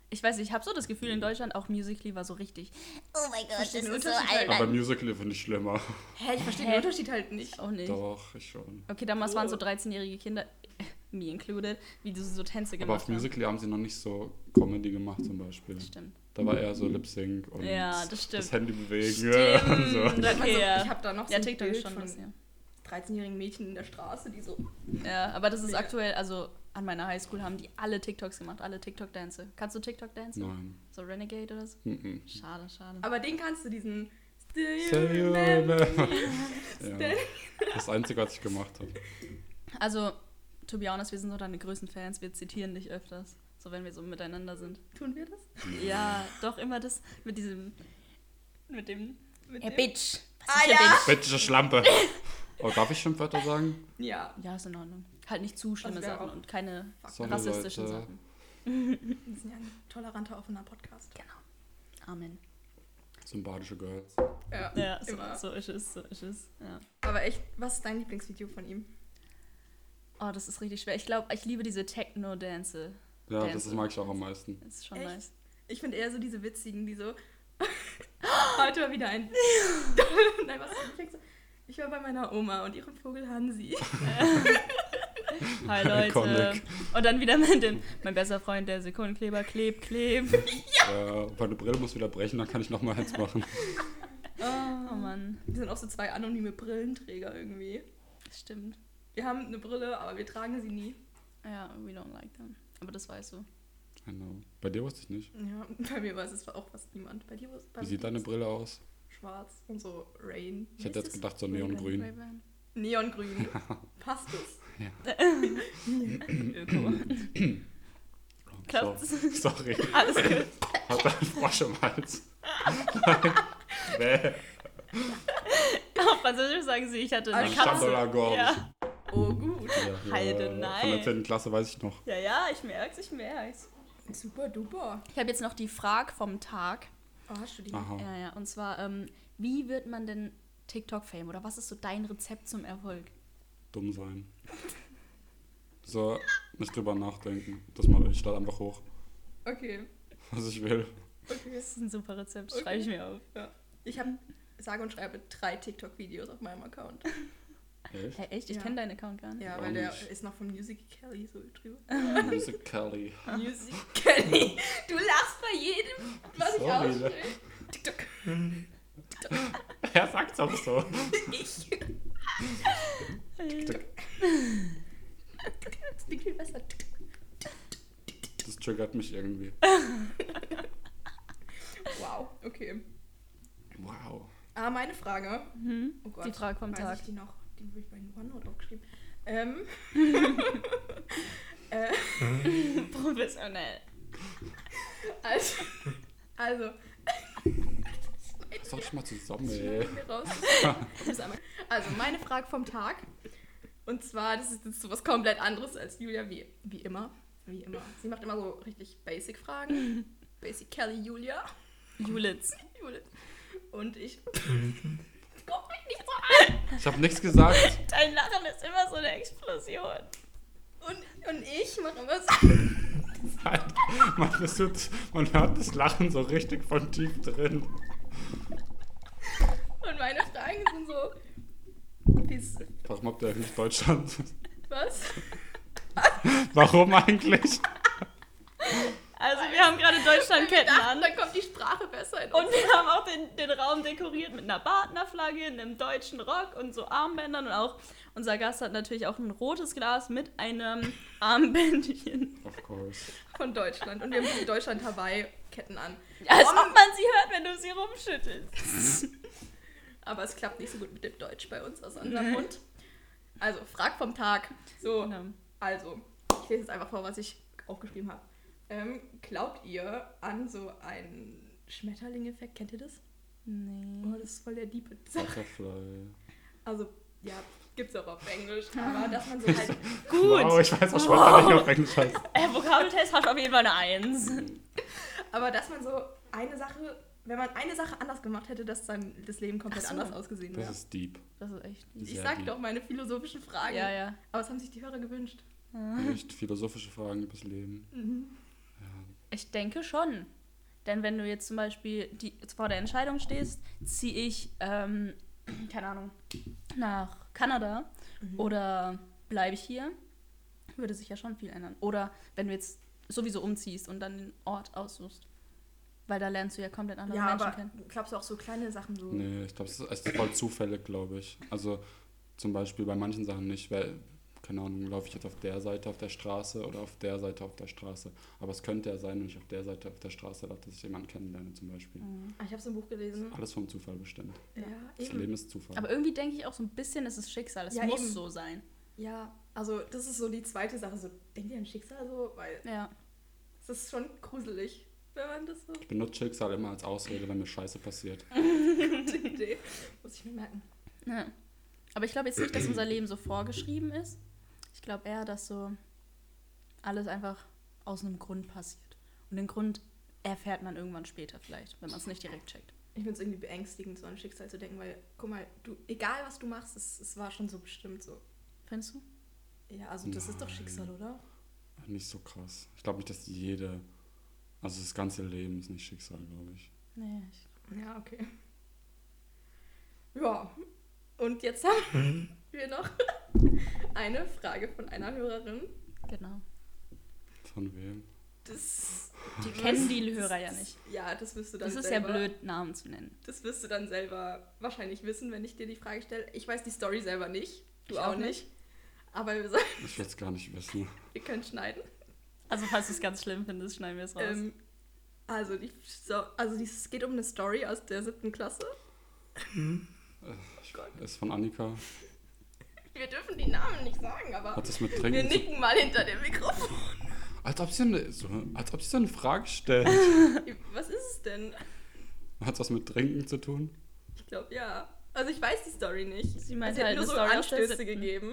[SPEAKER 2] Ich weiß nicht, ich habe so das Gefühl, in Deutschland auch Musically war so richtig.
[SPEAKER 4] Oh my gosh,
[SPEAKER 1] Verstehe
[SPEAKER 4] this
[SPEAKER 1] den
[SPEAKER 4] is so
[SPEAKER 1] Unterschied halt.
[SPEAKER 4] albern.
[SPEAKER 3] Aber Musical finde ich schlimmer.
[SPEAKER 1] hä, ich verstehe
[SPEAKER 2] Hä?
[SPEAKER 1] den Unterschied halt nicht.
[SPEAKER 2] Auch nicht.
[SPEAKER 3] Doch, ich schon.
[SPEAKER 2] Okay, damals waren so
[SPEAKER 1] Oh.
[SPEAKER 2] 13-jährige Kinder, [laughs] me included, wie die so Tänze
[SPEAKER 3] Aber
[SPEAKER 2] gemacht
[SPEAKER 3] auf Musical.ly haben sie noch nicht so Comedy gemacht zum Beispiel.
[SPEAKER 2] haben. Stimmt.
[SPEAKER 3] Da war eher so Lip Sync und
[SPEAKER 2] Ja, das stimmt.
[SPEAKER 3] das Handy bewegen.
[SPEAKER 2] Stimmt.
[SPEAKER 3] [laughs] So.
[SPEAKER 1] Ich, mein, so,
[SPEAKER 2] ja.
[SPEAKER 1] ich hab da noch
[SPEAKER 2] Ja,
[SPEAKER 1] so ein
[SPEAKER 2] TikTok ist
[SPEAKER 1] Bild
[SPEAKER 2] schon das,
[SPEAKER 1] von
[SPEAKER 2] ja.
[SPEAKER 1] 13-jährigen Mädchen in der Straße, die so
[SPEAKER 2] Ja, aber das ist
[SPEAKER 1] Mega.
[SPEAKER 2] aktuell, also an meiner Highschool haben die alle TikToks gemacht, alle TikTok-Dance. Kannst du TikTok-Dance?
[SPEAKER 3] Nein.
[SPEAKER 2] So Renegade oder so?
[SPEAKER 3] Mhm.
[SPEAKER 2] Schade, schade.
[SPEAKER 1] Aber den kannst du, diesen.
[SPEAKER 3] So you remember. [laughs] ja. Das Einzige, was ich gemacht habe.
[SPEAKER 2] Also, to be honest, wir sind so deine größten Fans, wir zitieren dich öfters. So, wenn wir so miteinander sind.
[SPEAKER 1] Tun wir das?
[SPEAKER 2] Ja, doch immer das mit diesem. Mit dem.
[SPEAKER 1] Mit
[SPEAKER 4] Hey,
[SPEAKER 1] dem?
[SPEAKER 4] bitch.
[SPEAKER 1] Ah, ja.
[SPEAKER 3] Bittische
[SPEAKER 1] [laughs]
[SPEAKER 3] Schlampe. Oh, darf ich Schimpfwörter sagen?
[SPEAKER 1] ja.
[SPEAKER 2] Ja, ist in Ordnung. Halt nicht zu schlimme
[SPEAKER 1] wäre
[SPEAKER 2] Sachen
[SPEAKER 1] Also auch-
[SPEAKER 2] und keine
[SPEAKER 3] Sorry,
[SPEAKER 2] rassistischen
[SPEAKER 3] Leute.
[SPEAKER 2] Sachen.
[SPEAKER 1] Wir sind ja ein toleranter, offener Podcast.
[SPEAKER 2] Amen.
[SPEAKER 3] Sympathische Girls.
[SPEAKER 1] Ja,
[SPEAKER 2] Ja, so,
[SPEAKER 1] immer.
[SPEAKER 2] so ist es, so ist es. Ja.
[SPEAKER 1] Aber echt, was ist dein Lieblingsvideo von ihm?
[SPEAKER 2] Oh, das ist richtig schwer. Ich glaube, ich liebe diese Techno-Dance.
[SPEAKER 3] Ja,
[SPEAKER 2] Dance.
[SPEAKER 3] das ist- mag ich auch am meisten.
[SPEAKER 2] Das ist schon
[SPEAKER 1] Echt?
[SPEAKER 3] [laughs]
[SPEAKER 2] nice.
[SPEAKER 1] Ich finde eher so diese witzigen, die so.
[SPEAKER 2] [laughs]
[SPEAKER 1] Heute mal wieder ein. Nein, was? Ich denk so, Ich war bei meiner Oma und ihrem Vogel Hansi.
[SPEAKER 2] Hi Leute.
[SPEAKER 3] Iconic.
[SPEAKER 2] Und dann wieder mit dem, mein bester Freund, der Sekundenkleber, kleb, kleb.
[SPEAKER 3] Äh, meine Brille muss wieder brechen, dann kann ich nochmal eins
[SPEAKER 2] [laughs]
[SPEAKER 3] machen.
[SPEAKER 2] Oh Mann,
[SPEAKER 1] Wir sind auch so zwei anonyme Brillenträger irgendwie.
[SPEAKER 2] stimmt.
[SPEAKER 1] Wir haben eine Brille, aber wir tragen sie nie.
[SPEAKER 2] Ja, we don't like them. Aber das weißt du.
[SPEAKER 3] I know. Bei dir wusste ich nicht.
[SPEAKER 1] Ja, bei mir weiß es auch fast niemand. Bei dir war es bei
[SPEAKER 3] Wie sieht deine Brille aus?
[SPEAKER 1] Schwarz und so Rain.
[SPEAKER 3] Ich hätte
[SPEAKER 2] Ist
[SPEAKER 3] jetzt
[SPEAKER 2] es
[SPEAKER 3] gedacht, so neongrün.
[SPEAKER 2] Ray-Ban?
[SPEAKER 3] [laughs]
[SPEAKER 1] Neongrün. Passt es?
[SPEAKER 2] Öko. [clears throat]
[SPEAKER 1] [laughs]
[SPEAKER 2] Klappt's?
[SPEAKER 3] So, [laughs] sorry.
[SPEAKER 2] Alles gut.
[SPEAKER 3] Hat da einen Frosch im Hals.
[SPEAKER 2] [laughs] Auf Französisch sagen sie, ich hatte eine
[SPEAKER 1] Ein
[SPEAKER 2] Katze.
[SPEAKER 3] Schandalagor.
[SPEAKER 2] Ja.
[SPEAKER 1] Oh, gut.
[SPEAKER 2] Heide,
[SPEAKER 3] Von der
[SPEAKER 2] nein.
[SPEAKER 3] 10. Klasse weiß ich noch.
[SPEAKER 2] ja, ja, ich merk's, ich merk's.
[SPEAKER 1] Super duper.
[SPEAKER 2] Ich habe jetzt noch die Frage vom Tag.
[SPEAKER 1] Oh, hast du die?
[SPEAKER 3] Aha.
[SPEAKER 2] Ja, ja. Und zwar, ähm, wie wird man denn TikTok-Fame? Oder was ist so dein Rezept zum Erfolg?
[SPEAKER 3] Dumm sein. So, nicht drüber nachdenken. Das mache ich. Starte einfach hoch,
[SPEAKER 1] Okay,
[SPEAKER 3] was ich will.
[SPEAKER 1] okay.
[SPEAKER 2] Das ist ein super Rezept,
[SPEAKER 1] Okay.
[SPEAKER 2] schreibe ich mir auf.
[SPEAKER 1] Ja. Ich habe sage und schreibe drei TikTok-Videos auf meinem Account.
[SPEAKER 3] Echt?
[SPEAKER 2] Hä, echt? Ich
[SPEAKER 1] Ja.
[SPEAKER 2] kenne deinen Account gar nicht.
[SPEAKER 1] Ja,
[SPEAKER 3] Warum
[SPEAKER 1] weil der
[SPEAKER 3] nicht?
[SPEAKER 1] ist noch von Music Kelly so drüber.
[SPEAKER 3] [laughs] Musically.
[SPEAKER 1] Music Kelly. Du lachst bei jedem, was
[SPEAKER 3] Sorry,
[SPEAKER 1] ich ausspreche. TikTok.
[SPEAKER 3] Er sagt's
[SPEAKER 2] [laughs]
[SPEAKER 3] auch so.
[SPEAKER 1] Ich.
[SPEAKER 2] Äh,
[SPEAKER 3] ne?
[SPEAKER 1] Das klingt viel besser.
[SPEAKER 3] Das triggert mich irgendwie.
[SPEAKER 1] Wow, okay.
[SPEAKER 3] Wow.
[SPEAKER 1] Ah, meine Frage.
[SPEAKER 2] [laughs] Mhm.
[SPEAKER 1] Oh Gott.
[SPEAKER 2] Die Frage vom
[SPEAKER 1] Oh Weiß
[SPEAKER 2] Tag.
[SPEAKER 1] ich die noch? Die habe ich bei OneNote aufgeschrieben. Ähm, [laughs] äh,
[SPEAKER 2] [laughs] Professionell.
[SPEAKER 1] also, also
[SPEAKER 3] Das doch schon mal zusammen,
[SPEAKER 1] Ich
[SPEAKER 3] ey.
[SPEAKER 1] schneide mir raus. Ich muss einmal- Also meine Frage vom Tag. Und zwar, das ist jetzt so was komplett anderes als Julia, wie, wie immer. Wie immer. Sie macht immer so richtig basic Fragen.
[SPEAKER 2] [laughs]
[SPEAKER 1] Basic Kelly Julia. [laughs]
[SPEAKER 2] Julitz.
[SPEAKER 1] Julia. Und ich. Guck mich nicht so
[SPEAKER 3] Ich habe nichts gesagt.
[SPEAKER 2] Dein Lachen ist immer so eine Explosion.
[SPEAKER 1] an. Und, und ich mache immer so.
[SPEAKER 3] Halt, Man, das tut, man hört das Lachen so richtig von tief drin.
[SPEAKER 1] Und meine Fragen sind so. Wie's,
[SPEAKER 3] Warum habt ihr eigentlich Deutschland?
[SPEAKER 1] was?
[SPEAKER 3] Warum eigentlich?
[SPEAKER 2] Also wir haben gerade
[SPEAKER 1] [laughs]
[SPEAKER 2] Deutschlandketten
[SPEAKER 1] Dann,
[SPEAKER 2] an.
[SPEAKER 1] dann kommt die Sprache besser in
[SPEAKER 2] Und
[SPEAKER 1] uns.
[SPEAKER 2] wir haben auch den, den Raum dekoriert mit einer Partnerflagge, einem deutschen Rock und so Armbändern. Und auch unser Gast hat natürlich auch ein rotes Glas mit einem Armbändchen.
[SPEAKER 3] Of course.
[SPEAKER 1] Von Deutschland. Und wir haben diese Deutschland-Hawaii-Ketten an.
[SPEAKER 2] Als
[SPEAKER 1] Warum-
[SPEAKER 2] ob man sie hört, wenn du sie rumschüttelst.
[SPEAKER 1] Aber es klappt nicht so gut mit dem Deutsch bei uns aus
[SPEAKER 2] [laughs]
[SPEAKER 1] unserem Mund. Also, frag vom Tag. So,
[SPEAKER 2] Genau.
[SPEAKER 1] also, ich lese jetzt einfach vor, was ich aufgeschrieben habe. Ähm, glaubt ihr an so einen Schmetterling-Effekt? Kennt ihr das? Oh,
[SPEAKER 2] Nee.
[SPEAKER 1] das ist voll der diepe [laughs] Sache.
[SPEAKER 3] Butterfly.
[SPEAKER 1] Also, ja, gibt's auch auf Englisch, aber dass man so [laughs] halt.
[SPEAKER 2] Gut.
[SPEAKER 3] Wow, ich weiß auch schon, wow. nicht auf Englisch heißt.
[SPEAKER 2] Äh, Vokabeltest hast du auf jeden Fall eine Eins.
[SPEAKER 1] Aber dass man so eine Sache, wenn man eine Sache anders gemacht hätte, dass sein das Leben komplett
[SPEAKER 2] Ach so.
[SPEAKER 1] anders ausgesehen
[SPEAKER 3] Das
[SPEAKER 1] wäre.
[SPEAKER 3] ist deep.
[SPEAKER 2] Das ist echt.
[SPEAKER 1] Ich
[SPEAKER 3] sehr
[SPEAKER 1] sag
[SPEAKER 3] deep.
[SPEAKER 1] doch meine philosophischen Fragen.
[SPEAKER 2] Ja, ja.
[SPEAKER 1] Aber es haben sich die Hörer gewünscht.
[SPEAKER 3] Echt philosophische Fragen übers Leben.
[SPEAKER 2] Ich denke schon. Denn wenn du jetzt zum Beispiel die, jetzt vor der Entscheidung stehst, ziehe ich, ähm, [clears throat] keine Ahnung, nach Kanada
[SPEAKER 1] Mhm.
[SPEAKER 2] oder bleibe ich hier, würde sich ja schon viel ändern. Oder wenn du jetzt sowieso umziehst und dann den Ort aussuchst. Weil da lernst du ja komplett andere
[SPEAKER 1] Ja,
[SPEAKER 2] Menschen
[SPEAKER 1] aber
[SPEAKER 2] kennen.
[SPEAKER 1] glaubst du auch so kleine Sachen so?
[SPEAKER 3] Nee, ich glaube, es ist- es ist voll zufällig, glaube ich. Also zum Beispiel bei manchen Sachen nicht, weil, keine Ahnung, laufe ich jetzt auf der Seite auf der Straße oder auf der Seite auf der Straße. Aber es könnte ja sein, wenn ich auf der Seite auf der Straße laufe, dass ich jemanden kennenlerne zum Beispiel.
[SPEAKER 1] Ah, Ich habe so ein Buch gelesen.
[SPEAKER 3] Alles vom Zufall bestimmt.
[SPEAKER 1] Ja,
[SPEAKER 3] Das
[SPEAKER 1] eben.
[SPEAKER 3] Leben ist Zufall.
[SPEAKER 2] Aber irgendwie denke ich auch so ein bisschen, es ist Schicksal. Es
[SPEAKER 1] Ja,
[SPEAKER 2] muss
[SPEAKER 1] eben.
[SPEAKER 2] so sein.
[SPEAKER 1] Ja, also das ist so die zweite Sache. So, denkt ihr an Schicksal so? Weil
[SPEAKER 2] Ja.
[SPEAKER 1] es ist schon gruselig, wenn man das so
[SPEAKER 3] ich benutze Schicksal immer als Ausrede, wenn mir Scheiße passiert.
[SPEAKER 2] [laughs]
[SPEAKER 1] gute Idee. Muss ich mir merken.
[SPEAKER 2] Ja. Aber ich glaube jetzt nicht, dass unser Leben so vorgeschrieben ist. Ich glaube eher, dass so alles einfach aus einem Grund passiert. Und den Grund erfährt man irgendwann später vielleicht, wenn man es nicht direkt checkt.
[SPEAKER 1] Ich finde es irgendwie beängstigend, so an Schicksal zu denken, weil, guck mal, du, egal was du machst, es, es war schon so bestimmt so.
[SPEAKER 2] Findest du?
[SPEAKER 1] Ja, also das ist doch
[SPEAKER 3] Nein.
[SPEAKER 1] Schicksal, oder?
[SPEAKER 3] Nicht so krass. Ich glaube nicht, dass jede, also das ganze Leben ist nicht Schicksal, glaube ich.
[SPEAKER 2] Nee.
[SPEAKER 1] Ja, okay. Ja. Und jetzt haben
[SPEAKER 2] Hm?
[SPEAKER 1] wir noch [laughs] eine Frage von einer Hörerin.
[SPEAKER 2] Genau.
[SPEAKER 3] Von wem?
[SPEAKER 1] Das
[SPEAKER 2] Die kennen die Hörer ja nicht.
[SPEAKER 1] Ja, das wirst du dann
[SPEAKER 2] Das ist ja
[SPEAKER 1] selber.
[SPEAKER 2] blöd, Namen zu nennen.
[SPEAKER 1] Das wirst du dann selber wahrscheinlich wissen, wenn ich dir die Frage stelle. Ich weiß die Story selber nicht. Du
[SPEAKER 2] Ich
[SPEAKER 1] auch,
[SPEAKER 2] auch
[SPEAKER 1] nicht. Aber wir, sagen,
[SPEAKER 3] Ich will es gar nicht wissen.
[SPEAKER 1] [laughs] wir können schneiden.
[SPEAKER 2] Also falls du es ganz schlimm findest, schneiden wir es raus.
[SPEAKER 1] Ähm, also, die, so, also die, es geht um eine Story aus der siebten Klasse.
[SPEAKER 3] Ich, ist von Annika.
[SPEAKER 1] Wir dürfen die Namen nicht sagen, aber
[SPEAKER 3] Hat das mit
[SPEAKER 1] wir
[SPEAKER 3] Trinken zu
[SPEAKER 1] nicken mal hinter dem Mikrofon. [laughs]
[SPEAKER 3] Als ob sie eine, so, als ob sie so eine Frage stellt.
[SPEAKER 1] Was ist es denn?
[SPEAKER 3] Hat was mit Trinken zu tun?
[SPEAKER 1] Ich glaube, ja. Also ich weiß die Story nicht.
[SPEAKER 2] Sie
[SPEAKER 1] sie
[SPEAKER 2] meinte
[SPEAKER 1] hat
[SPEAKER 2] halt
[SPEAKER 1] nur
[SPEAKER 2] eine
[SPEAKER 1] so
[SPEAKER 2] Story aus der
[SPEAKER 1] Anstöße
[SPEAKER 2] siebten.
[SPEAKER 1] gegeben.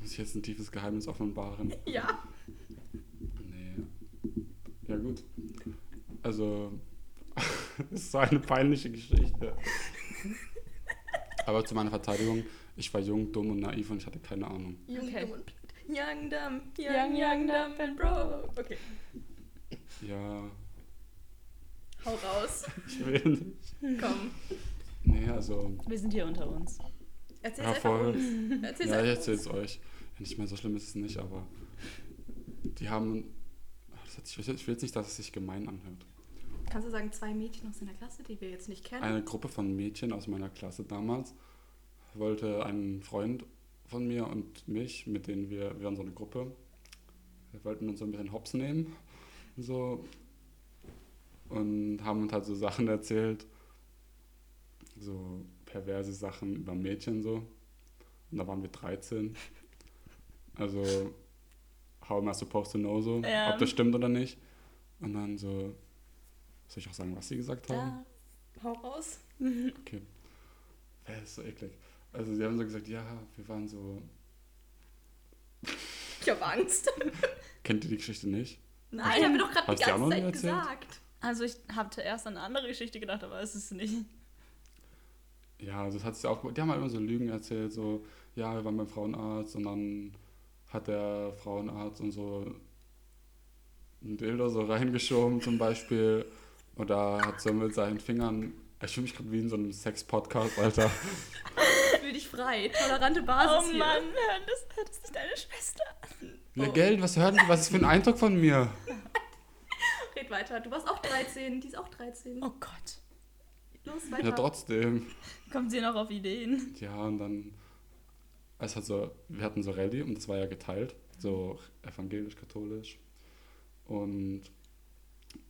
[SPEAKER 3] Muss ich jetzt ein tiefes Geheimnis offenbaren?
[SPEAKER 1] Ja.
[SPEAKER 2] [laughs]
[SPEAKER 3] Nee. Ja, gut. Also, [laughs] es ist so eine peinliche Geschichte. Aber zu meiner Verteidigung, ich war jung, dumm und naiv und ich hatte keine Ahnung.
[SPEAKER 2] Okay.
[SPEAKER 1] Young, young Dumb,
[SPEAKER 2] Young,
[SPEAKER 1] Young,
[SPEAKER 2] young,
[SPEAKER 1] Young Dumb and Broke. Okay,
[SPEAKER 3] Ja,
[SPEAKER 1] hau
[SPEAKER 2] [laughs]
[SPEAKER 1] raus.
[SPEAKER 3] ich will nicht.
[SPEAKER 1] Komm.
[SPEAKER 3] Nee, also,
[SPEAKER 2] wir sind hier unter uns.
[SPEAKER 1] Erzähl's
[SPEAKER 3] Ja,
[SPEAKER 1] einfach
[SPEAKER 3] voll.
[SPEAKER 1] uns. Erzähl's
[SPEAKER 3] Ja, ich
[SPEAKER 1] einfach
[SPEAKER 3] erzähl's euch. Ja, nicht mehr so schlimm ist es nicht, aber die haben. Das hat sich, ich will jetzt nicht, dass es sich gemein anhört.
[SPEAKER 1] Kannst du sagen, zwei Mädchen aus deiner Klasse, die wir jetzt nicht kennen?
[SPEAKER 3] Eine Gruppe von Mädchen aus meiner Klasse damals wollte einen Freund von mir und mich, mit denen wir, wir waren so eine Gruppe, wir wollten uns so ein bisschen hops nehmen und so und haben uns halt so Sachen erzählt, so perverse Sachen über Mädchen so. Und da waren wir 13. Also, how am I supposed to know so,
[SPEAKER 2] Ja.
[SPEAKER 3] ob das stimmt oder nicht. Und dann so, soll ich auch sagen, was sie gesagt haben?
[SPEAKER 2] Da.
[SPEAKER 1] Hau raus.
[SPEAKER 3] Okay. Das ist so eklig. Also sie haben so gesagt, ja, wir waren so.
[SPEAKER 1] Ich habe Angst.
[SPEAKER 3] Kennt ihr die Geschichte nicht?
[SPEAKER 1] Nein, haben wir doch gerade
[SPEAKER 3] Hast
[SPEAKER 1] die
[SPEAKER 3] du auch noch
[SPEAKER 1] ganze
[SPEAKER 3] nie
[SPEAKER 1] Zeit
[SPEAKER 3] erzählt?
[SPEAKER 1] gesagt.
[SPEAKER 2] Also ich hatte erst an eine andere Geschichte gedacht, aber es ist nicht.
[SPEAKER 3] Ja, also das hat sie auch. Die haben halt immer so Lügen erzählt, so, ja, wir waren beim Frauenarzt und dann hat der Frauenarzt und so ein Dildo so reingeschoben zum Beispiel. Oder hat so mit seinen Fingern. Ich fühle mich gerade wie in so einem Sex-Podcast, Alter.
[SPEAKER 1] Fühl dich frei. Tolerante
[SPEAKER 2] Oh
[SPEAKER 1] Basis hier.
[SPEAKER 2] hör das, hör das nicht deine Schwester.
[SPEAKER 3] Ja, Geld, was hören die? Was ist für ein Eindruck von mir?
[SPEAKER 1] Red weiter. Du warst auch 13. Die ist auch 13.
[SPEAKER 2] Oh Gott.
[SPEAKER 1] Los,
[SPEAKER 3] Ja,
[SPEAKER 1] weiter.
[SPEAKER 3] trotzdem.
[SPEAKER 2] Kommt sie noch auf Ideen?
[SPEAKER 3] Ja, und dann, es hat so, wir hatten so Rallye und das war ja geteilt, so evangelisch, katholisch. Und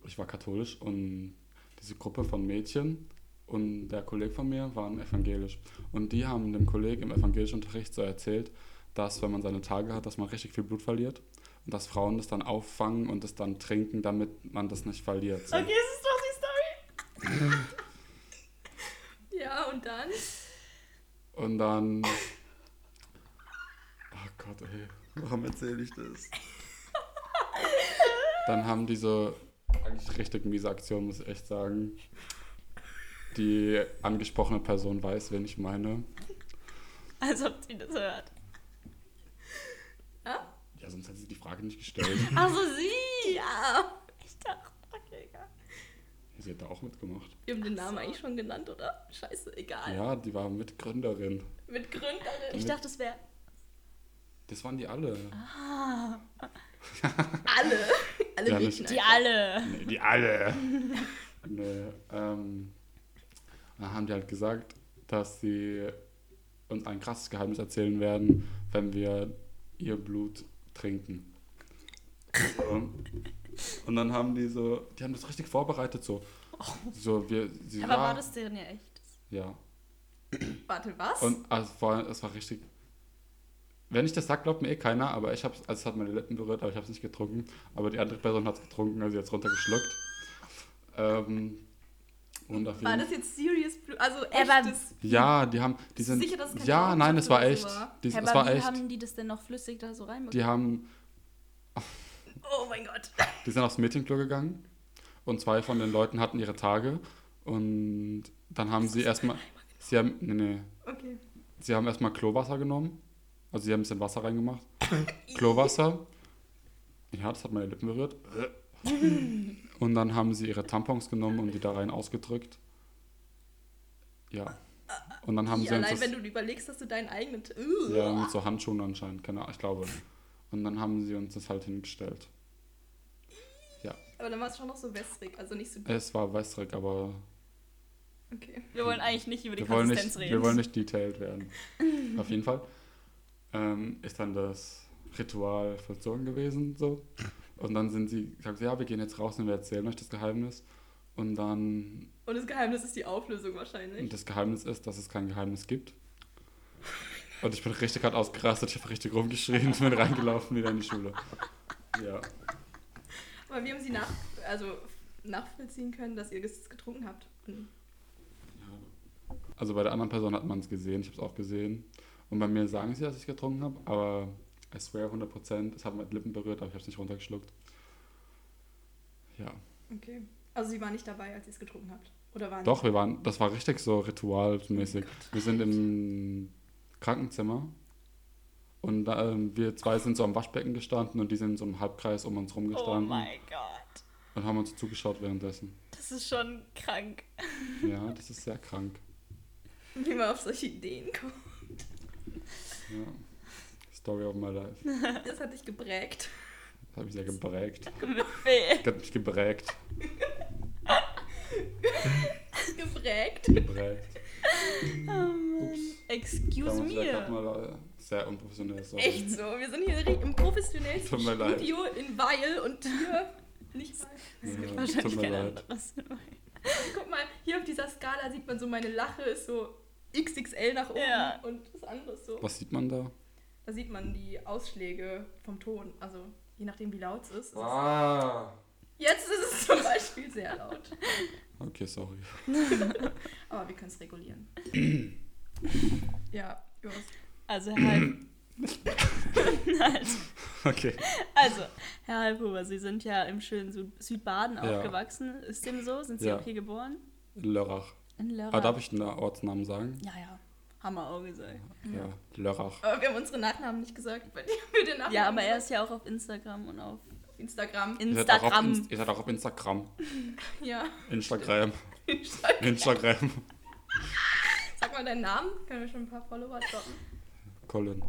[SPEAKER 3] ich war katholisch und diese Gruppe von Mädchen und der Kollege von mir waren evangelisch. Und die haben dem Kollegen im evangelischen Unterricht so erzählt, dass wenn man seine Tage hat, dass man richtig viel Blut verliert und dass Frauen das dann auffangen und das dann trinken, damit man das nicht verliert. So.
[SPEAKER 2] es ist doch die Story. [laughs]
[SPEAKER 1] Ja, und dann?
[SPEAKER 3] Und dann. Ach Gott, ey. Warum erzähle ich das? [laughs] Dann haben die so eigentlich richtig miese Aktion, muss ich echt sagen. Die angesprochene Person weiß, wen ich meine.
[SPEAKER 2] Als ob sie das hört.
[SPEAKER 1] Ja?
[SPEAKER 3] Ja, sonst hätte sie die Frage nicht gestellt.
[SPEAKER 2] [laughs] Also sie!
[SPEAKER 1] Ja.
[SPEAKER 2] Ich dachte, okay, egal.
[SPEAKER 3] Sie hat da auch mitgemacht.
[SPEAKER 1] Wir haben den
[SPEAKER 2] Ach
[SPEAKER 1] Namen
[SPEAKER 2] so.
[SPEAKER 1] eigentlich schon genannt, oder? Scheiße, egal.
[SPEAKER 3] Ja, die war Mitgründerin.
[SPEAKER 1] Mit Gründerin.
[SPEAKER 2] Ich dachte, es wäre.
[SPEAKER 3] Das waren die alle.
[SPEAKER 2] Ah,
[SPEAKER 1] Alle. Alle
[SPEAKER 3] Ja, das-
[SPEAKER 1] Mädchen.
[SPEAKER 2] die alle.
[SPEAKER 3] Nee, die alle. nee, ähm, dann haben die halt gesagt, dass sie uns ein krasses Geheimnis erzählen werden, wenn wir ihr Blut trinken. So. Und dann haben die so, die haben das richtig vorbereitet, so. So, wir, sie
[SPEAKER 2] Oh. Aber
[SPEAKER 3] ja,
[SPEAKER 2] war das deren ja echt?
[SPEAKER 3] Ja.
[SPEAKER 1] Warte, was?
[SPEAKER 3] Und also, vor allem, es war richtig. Wenn ich das sag, glaubt mir eh keiner, aber ich hab's, also es hat meine Lippen berührt, aber ich hab's nicht getrunken. Aber die andere Person hat's getrunken, also sie hat's runtergeschluckt. Ähm, und auf
[SPEAKER 1] war
[SPEAKER 3] jeden
[SPEAKER 1] das jetzt Serious Blue? Also
[SPEAKER 2] Er war-
[SPEAKER 1] echtes.
[SPEAKER 3] Ja, die haben, die sind,
[SPEAKER 1] Sicher, dass es keine
[SPEAKER 3] ja, nein, es war
[SPEAKER 1] Rauchschutz
[SPEAKER 3] echt,
[SPEAKER 1] war?
[SPEAKER 3] die,
[SPEAKER 2] Hä,
[SPEAKER 3] es
[SPEAKER 2] aber
[SPEAKER 3] war
[SPEAKER 2] wie
[SPEAKER 3] echt,
[SPEAKER 2] haben die das denn noch flüssig da so reinbekommen?
[SPEAKER 3] die haben,
[SPEAKER 1] Oh mein Gott.
[SPEAKER 3] die sind aufs Mädchenklo gegangen und zwei von den Leuten hatten ihre Tage und dann haben sie erstmal, sie haben, nee, nee,
[SPEAKER 1] Okay.
[SPEAKER 3] sie haben erstmal Klowasser genommen, also sie haben ein bisschen
[SPEAKER 1] [coughs]
[SPEAKER 3] Wasser reingemacht, Klowasser, ja, das hat meine
[SPEAKER 1] [coughs]
[SPEAKER 3] Lippen berührt und dann haben sie ihre Tampons genommen und die da rein ausgedrückt, ja, und dann haben
[SPEAKER 1] Ih,
[SPEAKER 3] sie uns
[SPEAKER 1] allein
[SPEAKER 3] das,
[SPEAKER 1] wenn du überlegst, dass du deinen eigenen.
[SPEAKER 3] Ja, mit so Handschuhen anscheinend, keine Ahnung, ich glaube. Und dann haben sie uns das halt hingestellt.
[SPEAKER 1] Aber dann war es schon noch so wässrig, also nicht so.
[SPEAKER 3] Es war wässrig, aber
[SPEAKER 1] Okay.
[SPEAKER 2] Wir wollen eigentlich nicht über die
[SPEAKER 3] wir wollen
[SPEAKER 2] Konsistenz
[SPEAKER 3] nicht,
[SPEAKER 2] reden.
[SPEAKER 3] wir wollen nicht
[SPEAKER 2] [laughs]
[SPEAKER 3] detailed werden. Auf jeden Fall ähm, ist dann das Ritual vollzogen gewesen. So. Und dann sind sie gesagt, ja, wir gehen jetzt raus und wir erzählen euch das Geheimnis. Und dann
[SPEAKER 1] Und das Geheimnis ist die Auflösung wahrscheinlich.
[SPEAKER 3] Und das Geheimnis ist, dass es kein Geheimnis gibt. Und ich bin richtig hart ausgerastet, ich habe richtig rumgeschrien und bin reingelaufen wieder in die Schule. Ja.
[SPEAKER 1] Aber wir haben sie nach, also nachvollziehen können, dass ihr das getrunken habt. Und
[SPEAKER 3] Also bei der anderen Person hat man es gesehen, ich habe es auch gesehen. Und bei mir sagen sie, dass ich getrunken habe, aber I swear 100%, es hat meine Lippen berührt, aber ich habe es nicht runtergeschluckt. Ja.
[SPEAKER 1] okay. Also sie war nicht dabei, als ihr es getrunken habt. Oder waren
[SPEAKER 3] Doch, wir waren, das war richtig so ritualmäßig.
[SPEAKER 2] Oh
[SPEAKER 3] Wir sind im Krankenzimmer und ähm, wir zwei sind so am Waschbecken gestanden und die sind so im Halbkreis um uns
[SPEAKER 2] oh
[SPEAKER 3] rumgestanden
[SPEAKER 2] mein Gott.
[SPEAKER 3] und haben uns zugeschaut währenddessen.
[SPEAKER 2] Das ist schon krank.
[SPEAKER 3] Ja, das ist sehr krank.
[SPEAKER 1] sie, [laughs] wie man auf solche Ideen kommt?
[SPEAKER 3] Ja. Story of my life.
[SPEAKER 1] Das hat dich geprägt.
[SPEAKER 3] Das hat mich sehr geprägt.
[SPEAKER 2] Mit weh.
[SPEAKER 3] Das hat mich geprägt.
[SPEAKER 1] [laughs] geprägt.
[SPEAKER 3] Geprägt. Ups. Da
[SPEAKER 2] Oh Excuse
[SPEAKER 3] muss ich ja grad
[SPEAKER 2] Hm. me.
[SPEAKER 3] mal äh, sehr unprofessionell sorry.
[SPEAKER 1] Echt so. Wir sind hier ri- im professionellsten
[SPEAKER 3] Tut mir leid.
[SPEAKER 1] Studio in Weil [laughs] und hier nicht mal.
[SPEAKER 3] Ja, tut
[SPEAKER 2] Wahrscheinlich
[SPEAKER 3] mir
[SPEAKER 2] kein
[SPEAKER 3] leid.
[SPEAKER 2] anderes.
[SPEAKER 1] Guck mal, hier auf dieser Skala sieht man so, meine Lache ist so XXL nach oben
[SPEAKER 2] Ja.
[SPEAKER 1] und das andere ist so.
[SPEAKER 3] Was sieht man da?
[SPEAKER 1] Da sieht man die Ausschläge vom Ton. Also je nachdem, wie laut es ist. ist es
[SPEAKER 3] Ah.
[SPEAKER 1] jetzt ist es zum Beispiel sehr laut.
[SPEAKER 3] Okay, sorry. [laughs]
[SPEAKER 1] Aber wir können es regulieren.
[SPEAKER 2] [clears throat]
[SPEAKER 1] ja, Joris.
[SPEAKER 2] Also Herr Halb. Halt.
[SPEAKER 3] Okay.
[SPEAKER 2] [laughs] also, Herr Halbhuber, Sie sind ja im schönen Sü- Südbaden
[SPEAKER 3] Ja.
[SPEAKER 2] aufgewachsen. Ist dem so? Sind Sie
[SPEAKER 3] Ja.
[SPEAKER 2] auch hier geboren?
[SPEAKER 3] Lörrach.
[SPEAKER 2] In Lörrach.
[SPEAKER 3] Ah, darf ich den Ortsnamen sagen?
[SPEAKER 2] Ja, ja. Haben wir auch gesagt.
[SPEAKER 3] Ja, Lörrach.
[SPEAKER 1] Aber wir haben unsere Nachnamen nicht gesagt, weil wir den Nachnamen
[SPEAKER 2] Ja, aber er ist ja auch auf Instagram und auf
[SPEAKER 1] auf Instagram.
[SPEAKER 3] Ihr seid auch auf,
[SPEAKER 2] Instagram.
[SPEAKER 3] Inst- ihr seid auch auf Instagram.
[SPEAKER 1] ja.
[SPEAKER 3] Instagram. Instagram.
[SPEAKER 1] Sag mal deinen Namen, können wir schon ein paar Follower droppen.
[SPEAKER 3] Colin.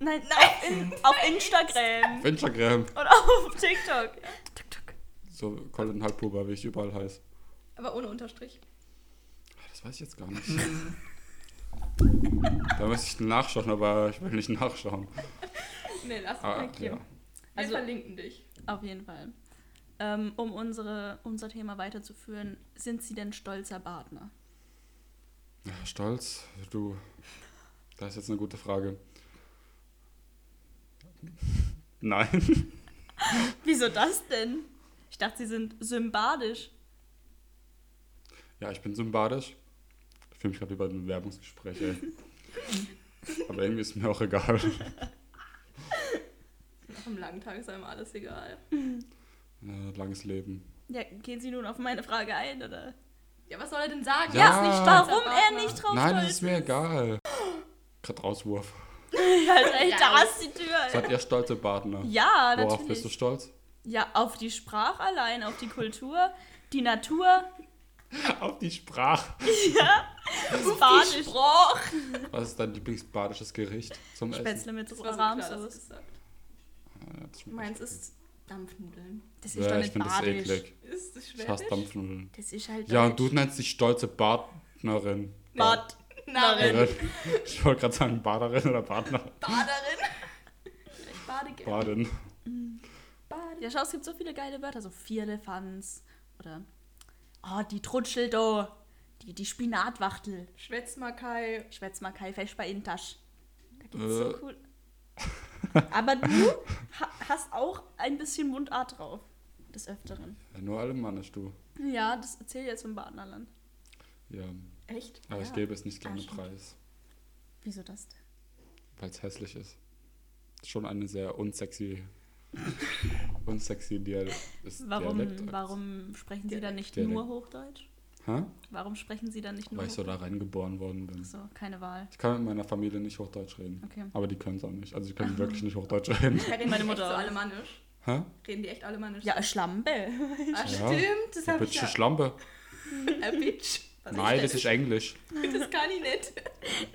[SPEAKER 2] Nein, nein, auf Instagram
[SPEAKER 3] Auf Instagram.
[SPEAKER 2] und auf TikTok. TikTok.
[SPEAKER 3] So, Colin Halbhuber, wie ich überall heiße.
[SPEAKER 1] Aber ohne Unterstrich.
[SPEAKER 3] Ah, Das weiß ich jetzt gar nicht. da müsste ich nachschauen, aber ich will nicht nachschauen.
[SPEAKER 1] Nee, lass
[SPEAKER 3] Ah,
[SPEAKER 1] mal
[SPEAKER 3] ja.
[SPEAKER 1] Wir
[SPEAKER 2] Also-
[SPEAKER 1] verlinken dich.
[SPEAKER 2] Auf jeden Fall. Ähm, um unsere, unser Thema weiterzuführen, sind Sie denn stolzer Badner?
[SPEAKER 3] Ja, Stolz, du. Das ist jetzt eine gute Frage. Nein.
[SPEAKER 2] Wieso das denn? Ich dachte, Sie sind sympathisch.
[SPEAKER 3] Ja, ich bin sympathisch. Ich fühle mich gerade über ein Bewerbungsgespräch, ey. Aber irgendwie ist mir auch egal.
[SPEAKER 1] Nach einem langen Tag ist einem alles egal.
[SPEAKER 3] Äh, langes Leben.
[SPEAKER 2] Ja, gehen Sie nun auf meine Frage ein, oder?
[SPEAKER 1] [laughs] Ja, was soll er denn sagen?
[SPEAKER 3] Ja.
[SPEAKER 1] Er ist nicht stolz,
[SPEAKER 2] Warum
[SPEAKER 1] der
[SPEAKER 2] er
[SPEAKER 1] Partner.
[SPEAKER 2] nicht drauf
[SPEAKER 3] Nein,
[SPEAKER 2] stolz
[SPEAKER 3] das ist mir egal. Gerade Rauswurf.
[SPEAKER 2] Halt, ey, da
[SPEAKER 1] Ja.
[SPEAKER 2] ist die Tür.
[SPEAKER 3] Seid ihr stolze Partner?
[SPEAKER 2] Ja,
[SPEAKER 3] Worauf
[SPEAKER 2] natürlich.
[SPEAKER 3] bist du stolz?
[SPEAKER 2] Ja, auf die Sprache allein, auf die Kultur, die Natur,
[SPEAKER 3] Auf die Sprache.
[SPEAKER 2] das
[SPEAKER 1] Auf die
[SPEAKER 2] Badisch.
[SPEAKER 1] Sprach.
[SPEAKER 3] Was ist dein lieblingsbadisches Gericht zum Essen?
[SPEAKER 2] Spätzle mit
[SPEAKER 1] Das war so klar, dass er
[SPEAKER 2] Rahmsauce.
[SPEAKER 1] das sagt.
[SPEAKER 3] Ah, ja, das schmeckt
[SPEAKER 1] Meins
[SPEAKER 3] echt
[SPEAKER 1] ist Dampfnudeln.
[SPEAKER 2] Das
[SPEAKER 3] gut.
[SPEAKER 2] ist doch
[SPEAKER 3] ja, ich
[SPEAKER 2] nicht
[SPEAKER 3] finde das
[SPEAKER 2] badisch.
[SPEAKER 3] eklig.
[SPEAKER 1] Ist das
[SPEAKER 3] Ich hasse
[SPEAKER 1] schwer?
[SPEAKER 3] Dampfnudeln.
[SPEAKER 2] Das ist halt
[SPEAKER 3] Ja, und
[SPEAKER 2] deutsch.
[SPEAKER 3] du nennst dich stolze Partnerin.
[SPEAKER 2] Bad.
[SPEAKER 1] Narin.
[SPEAKER 3] Baderin. Ich wollte gerade sagen Baderin oder Partner.
[SPEAKER 1] Baderin. Ich bade gerne.
[SPEAKER 3] Badin.
[SPEAKER 1] Bade.
[SPEAKER 2] Ja, schau, es gibt so viele geile Wörter, so Vierlefanz oder oh, die Trutschel do, die, die Spinatwachtel,
[SPEAKER 1] Schwätzmakei.
[SPEAKER 2] Schwätzmakei, Fesch bei Intasch. Da gibt's
[SPEAKER 3] Äh.
[SPEAKER 2] so cool. Aber du ha hast auch ein bisschen Mundart drauf, des Öfteren.
[SPEAKER 3] Ja, nur Alemann ist du.
[SPEAKER 2] Ja, das erzähl ich jetzt vom Badenerland.
[SPEAKER 3] Ja.
[SPEAKER 1] Echt?
[SPEAKER 3] Aber ich gebe es nicht gerne
[SPEAKER 2] Ah, stimmt.
[SPEAKER 3] preis,
[SPEAKER 2] Wieso das denn?
[SPEAKER 3] weil es hässlich ist. Schon eine sehr unsexy. unsexy Dial ist
[SPEAKER 2] Warum,
[SPEAKER 3] Dialekt.
[SPEAKER 2] warum sprechen sie dann nicht
[SPEAKER 3] Dialekt.
[SPEAKER 2] nur Hochdeutsch?
[SPEAKER 3] Hä?
[SPEAKER 2] Warum sprechen sie dann nicht nur
[SPEAKER 3] Weil ich so
[SPEAKER 2] Hochdeutsch?
[SPEAKER 3] da reingeboren worden bin.
[SPEAKER 2] So, keine Wahl.
[SPEAKER 3] Ich kann mit meiner Familie nicht Hochdeutsch reden.
[SPEAKER 2] Okay.
[SPEAKER 3] Aber die können es auch nicht. Also die können wirklich nicht Hochdeutsch reden.
[SPEAKER 1] Ja, reden
[SPEAKER 2] Meine
[SPEAKER 1] die echt
[SPEAKER 2] Mutter
[SPEAKER 1] so
[SPEAKER 2] auch.
[SPEAKER 1] alemannisch.
[SPEAKER 3] Hä?
[SPEAKER 1] Reden die echt alemannisch?
[SPEAKER 2] Ja, äh, Schlampe.
[SPEAKER 1] Ah,
[SPEAKER 3] Ja.
[SPEAKER 1] stimmt. Das
[SPEAKER 3] Du
[SPEAKER 1] hab
[SPEAKER 3] bist
[SPEAKER 1] ich
[SPEAKER 3] eine
[SPEAKER 1] ja.
[SPEAKER 3] Schlampe.
[SPEAKER 1] A Äh, bitch. Was
[SPEAKER 3] Nein,
[SPEAKER 1] ist
[SPEAKER 3] das ist Englisch.
[SPEAKER 1] das? Das kann ich nicht.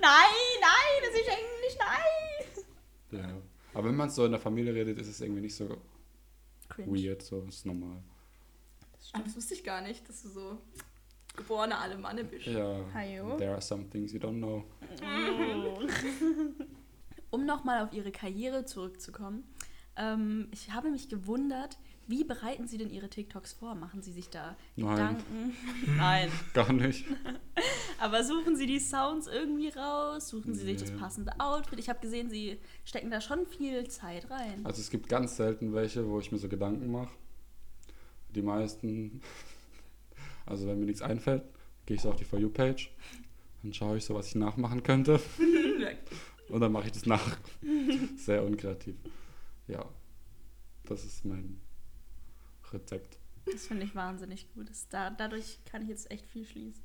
[SPEAKER 2] Nein, [laughs] nein, das ist Englisch, nein.
[SPEAKER 3] Ja. Aber wenn man es so in der Familie redet, ist es irgendwie nicht so
[SPEAKER 2] Cringe.
[SPEAKER 3] weird, so ist normal.
[SPEAKER 1] Aber Ah, das wusste ich gar nicht, dass du so geborene Alemanne bist.
[SPEAKER 3] Ja.
[SPEAKER 2] Hajo.
[SPEAKER 3] There are some things you don't know.
[SPEAKER 2] Um nochmal auf Ihre Karriere zurückzukommen, ähm, ich habe mich gewundert, wie bereiten Sie denn Ihre TikToks vor? Machen Sie sich da
[SPEAKER 3] Nein.
[SPEAKER 2] Gedanken? [laughs] Nein.
[SPEAKER 3] halt [laughs] Gar nicht.
[SPEAKER 2] Aber suchen Sie die Sounds irgendwie raus? Suchen Sie sich das
[SPEAKER 3] Nee.
[SPEAKER 2] passende Outfit? Ich habe gesehen, Sie stecken da schon viel Zeit rein.
[SPEAKER 3] Also es gibt ganz selten welche, wo ich mir so Gedanken mache. Die meisten, [laughs] also wenn mir nichts einfällt, gehe ich so auf die For You-Page. Dann schaue ich so, was ich nachmachen könnte.
[SPEAKER 2] [laughs]
[SPEAKER 3] Und dann mache ich das nach. [laughs] Sehr unkreativ. Ja. Das ist mein Rezept.
[SPEAKER 2] Das finde ich wahnsinnig gut. Das, da, dadurch kann ich jetzt echt viel schließen.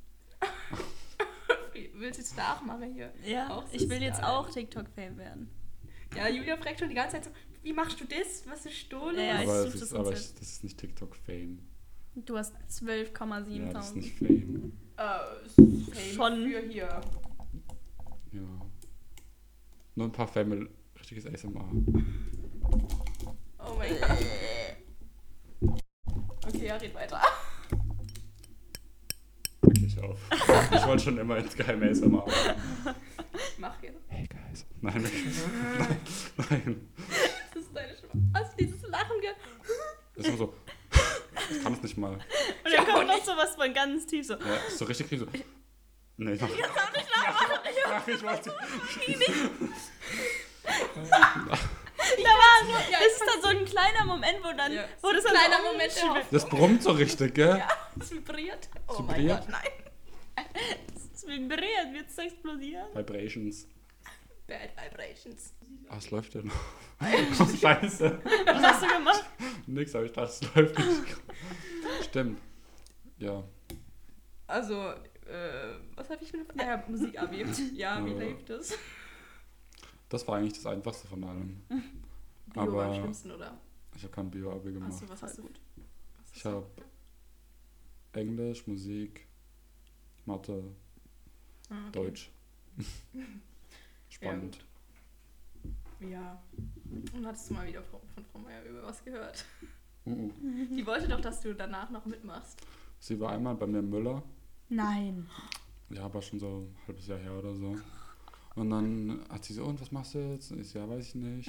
[SPEAKER 1] Willst du jetzt nachmachen hier?
[SPEAKER 2] Ja,
[SPEAKER 1] Auch
[SPEAKER 2] ich
[SPEAKER 1] süß,
[SPEAKER 2] will jetzt
[SPEAKER 1] ja.
[SPEAKER 2] auch TikTok-Fame werden.
[SPEAKER 1] Ja, Julia fragt schon die ganze Zeit so, wie machst du das? Was ist du?
[SPEAKER 2] Ja, ich
[SPEAKER 3] aber
[SPEAKER 2] such
[SPEAKER 3] es
[SPEAKER 2] das
[SPEAKER 3] ist, aber
[SPEAKER 2] Rezept.
[SPEAKER 3] ich, das ist nicht TikTok-Fame.
[SPEAKER 2] Du hast 12,7
[SPEAKER 3] Ja, das ist
[SPEAKER 2] Tausend.
[SPEAKER 3] nicht Fame.
[SPEAKER 1] Äh,
[SPEAKER 2] Schon.
[SPEAKER 1] schon für hier.
[SPEAKER 3] Ja. Nur ein paar Family. Richtiges ASMR.
[SPEAKER 1] Oh mein Gott. Äh. Okay, ja, red weiter.
[SPEAKER 3] Okay, ich auf. [laughs] Ich wollte schon immer ins geheime ASMR. machen.
[SPEAKER 1] Ich mach jetzt.
[SPEAKER 3] Hey guys.
[SPEAKER 1] [laughs]
[SPEAKER 3] Nein, okay. nein, nein.
[SPEAKER 1] Das ist deine Schwach. Hast du dieses Lachen [laughs] gehört?
[SPEAKER 3] Das ist immer so. Ich kann es nicht mal.
[SPEAKER 2] Und dann
[SPEAKER 1] Ich auch
[SPEAKER 2] kommt noch
[SPEAKER 1] nicht.
[SPEAKER 2] sowas von ganz tief so.
[SPEAKER 3] Ja, ist so richtig kriegen so. Nee, ich mach.
[SPEAKER 2] Das hab ich noch
[SPEAKER 3] Ach, ich wollte.
[SPEAKER 2] Da war nur,
[SPEAKER 1] Ja,
[SPEAKER 2] das ist dann so ein kleiner Moment, wo dann,
[SPEAKER 1] Ja,
[SPEAKER 2] wo
[SPEAKER 1] so
[SPEAKER 2] das
[SPEAKER 1] ein
[SPEAKER 2] dann
[SPEAKER 1] kleiner
[SPEAKER 2] so
[SPEAKER 1] Moment der
[SPEAKER 2] umschwirrt.
[SPEAKER 3] Das brummt so richtig, gell?
[SPEAKER 2] Es vibriert.
[SPEAKER 1] Oh mein
[SPEAKER 3] Vibriert?
[SPEAKER 1] Gott, nein.
[SPEAKER 2] Es vibriert, wird es explodieren.
[SPEAKER 3] Vibrations.
[SPEAKER 1] Bad Vibrations.
[SPEAKER 3] Ah, es läuft ja noch. Oh, [laughs] Scheiße.
[SPEAKER 2] Was hast du gemacht?
[SPEAKER 3] Nix, aber ich dachte, es läuft nicht. Stimmt. Ja.
[SPEAKER 1] Also, äh, was habe ich denn? Naja, Musik-Abi. Ja, wie
[SPEAKER 3] Ja.
[SPEAKER 1] läuft das?
[SPEAKER 3] Das war eigentlich das Einfachste von allem.
[SPEAKER 1] Bio war am
[SPEAKER 3] Aber
[SPEAKER 1] schlimmsten, oder?
[SPEAKER 3] ich habe kein Bio-Abi gemacht. halt.
[SPEAKER 1] Achso, was hast du? Gut.
[SPEAKER 3] Ich habe Englisch, Musik, Mathe,
[SPEAKER 1] Ah, okay.
[SPEAKER 3] Deutsch. Spannend.
[SPEAKER 1] [laughs] Ja. Und hattest du mal wieder von, von Frau Meier über was gehört?
[SPEAKER 3] uh, uh.
[SPEAKER 1] Die wollte doch, dass du danach noch mitmachst.
[SPEAKER 3] Sie war einmal bei mir im Müller.
[SPEAKER 2] Nein.
[SPEAKER 3] Ja, aber schon so ein halbes Jahr her oder so. Und dann hat sie so, und was machst du jetzt? Und ich so, ja, weiß
[SPEAKER 1] [laughs]
[SPEAKER 3] ich nicht.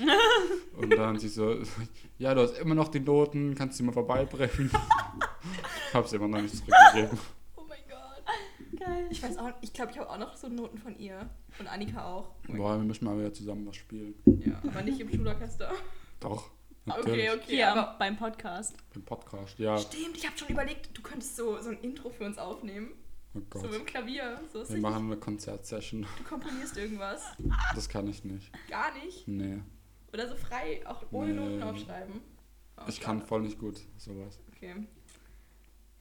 [SPEAKER 3] Und dann sie so, [laughs] ja, du hast immer noch die Noten, kannst du die mal vorbeibringen? [laughs] Hab's immer noch
[SPEAKER 1] [laughs]
[SPEAKER 3] nicht zurückgegeben.
[SPEAKER 1] Oh mein Gott.
[SPEAKER 2] Geil.
[SPEAKER 1] Ich weiß auch, ich glaube, ich habe auch noch so Noten von ihr. Und Annika auch. Oh
[SPEAKER 3] Boah, wir müssen mal wieder zusammen was spielen.
[SPEAKER 1] Ja, aber nicht im Schulorchester.
[SPEAKER 3] Doch, [laughs] natürlich.
[SPEAKER 1] Okay, okay.
[SPEAKER 2] Hier
[SPEAKER 1] aber
[SPEAKER 2] beim Podcast.
[SPEAKER 3] Im Podcast, ja. Oh
[SPEAKER 1] stimmt, ich habe schon überlegt, du könntest so, so ein Intro für uns aufnehmen. So
[SPEAKER 3] Oh
[SPEAKER 1] mit
[SPEAKER 3] Gott.
[SPEAKER 1] dem Klavier. So ist
[SPEAKER 3] Wir machen eine Konzertsession.
[SPEAKER 1] du komponierst irgendwas.
[SPEAKER 3] Das kann ich nicht.
[SPEAKER 1] Gar nicht.
[SPEAKER 3] Nee.
[SPEAKER 1] Oder so frei, auch ohne
[SPEAKER 3] Nee.
[SPEAKER 1] Noten aufschreiben. Oh,
[SPEAKER 3] Ich kann
[SPEAKER 1] schade.
[SPEAKER 3] voll nicht gut sowas.
[SPEAKER 1] Okay.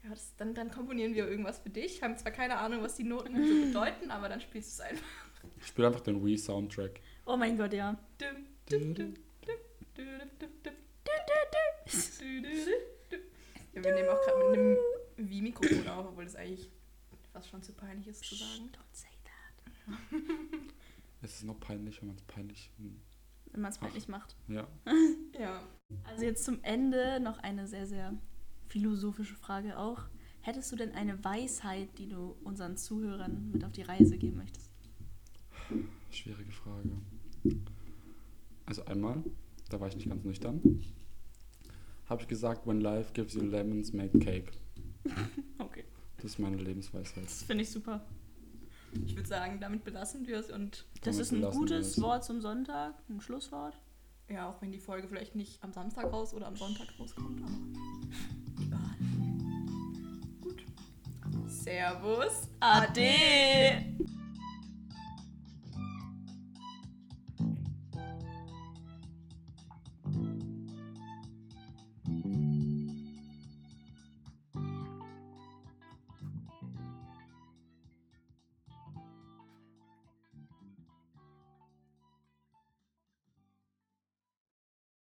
[SPEAKER 1] Ja, das, dann, dann komponieren wir irgendwas für dich. Haben zwar keine Ahnung, was die Noten so bedeuten, aber dann spielst du es einfach.
[SPEAKER 3] Ich spiele einfach den Wii-Soundtrack.
[SPEAKER 2] Oh mein Gott, ja.
[SPEAKER 1] Dum, dum, dum, dum, dum, dum, dum, dum. Du, du, du, du. Ja, wir nehmen auch gerade mit einem Wii-Mikrofon auf, obwohl das eigentlich fast schon zu peinlich ist zu sagen.
[SPEAKER 2] Don't say that.
[SPEAKER 3] Es ist noch peinlich, wenn man es peinlich. hm,
[SPEAKER 2] Wenn man es
[SPEAKER 3] Ach.
[SPEAKER 2] peinlich macht.
[SPEAKER 3] Ja.
[SPEAKER 1] Ja.
[SPEAKER 2] Also jetzt zum Ende noch eine sehr, sehr philosophische Frage auch. Hättest du denn eine Weisheit, die du unseren Zuhörern mit auf die Reise geben möchtest?
[SPEAKER 3] Schwierige Frage. Also einmal, da war ich nicht ganz nüchtern, habe ich gesagt, when life gives you lemons, make cake.
[SPEAKER 2] Okay.
[SPEAKER 3] Das ist meine Lebensweisheit.
[SPEAKER 2] Das finde ich super.
[SPEAKER 1] Ich würde sagen, damit belassen wir es und
[SPEAKER 2] Das
[SPEAKER 3] Damit
[SPEAKER 2] ist ein
[SPEAKER 3] belassen wir
[SPEAKER 2] gutes
[SPEAKER 3] es.
[SPEAKER 2] Wort zum Sonntag, ein Schlusswort.
[SPEAKER 1] ja, auch wenn die Folge vielleicht nicht am Samstag raus oder am Sonntag rauskommt, aber egal. Gut. Servus.
[SPEAKER 2] Ade!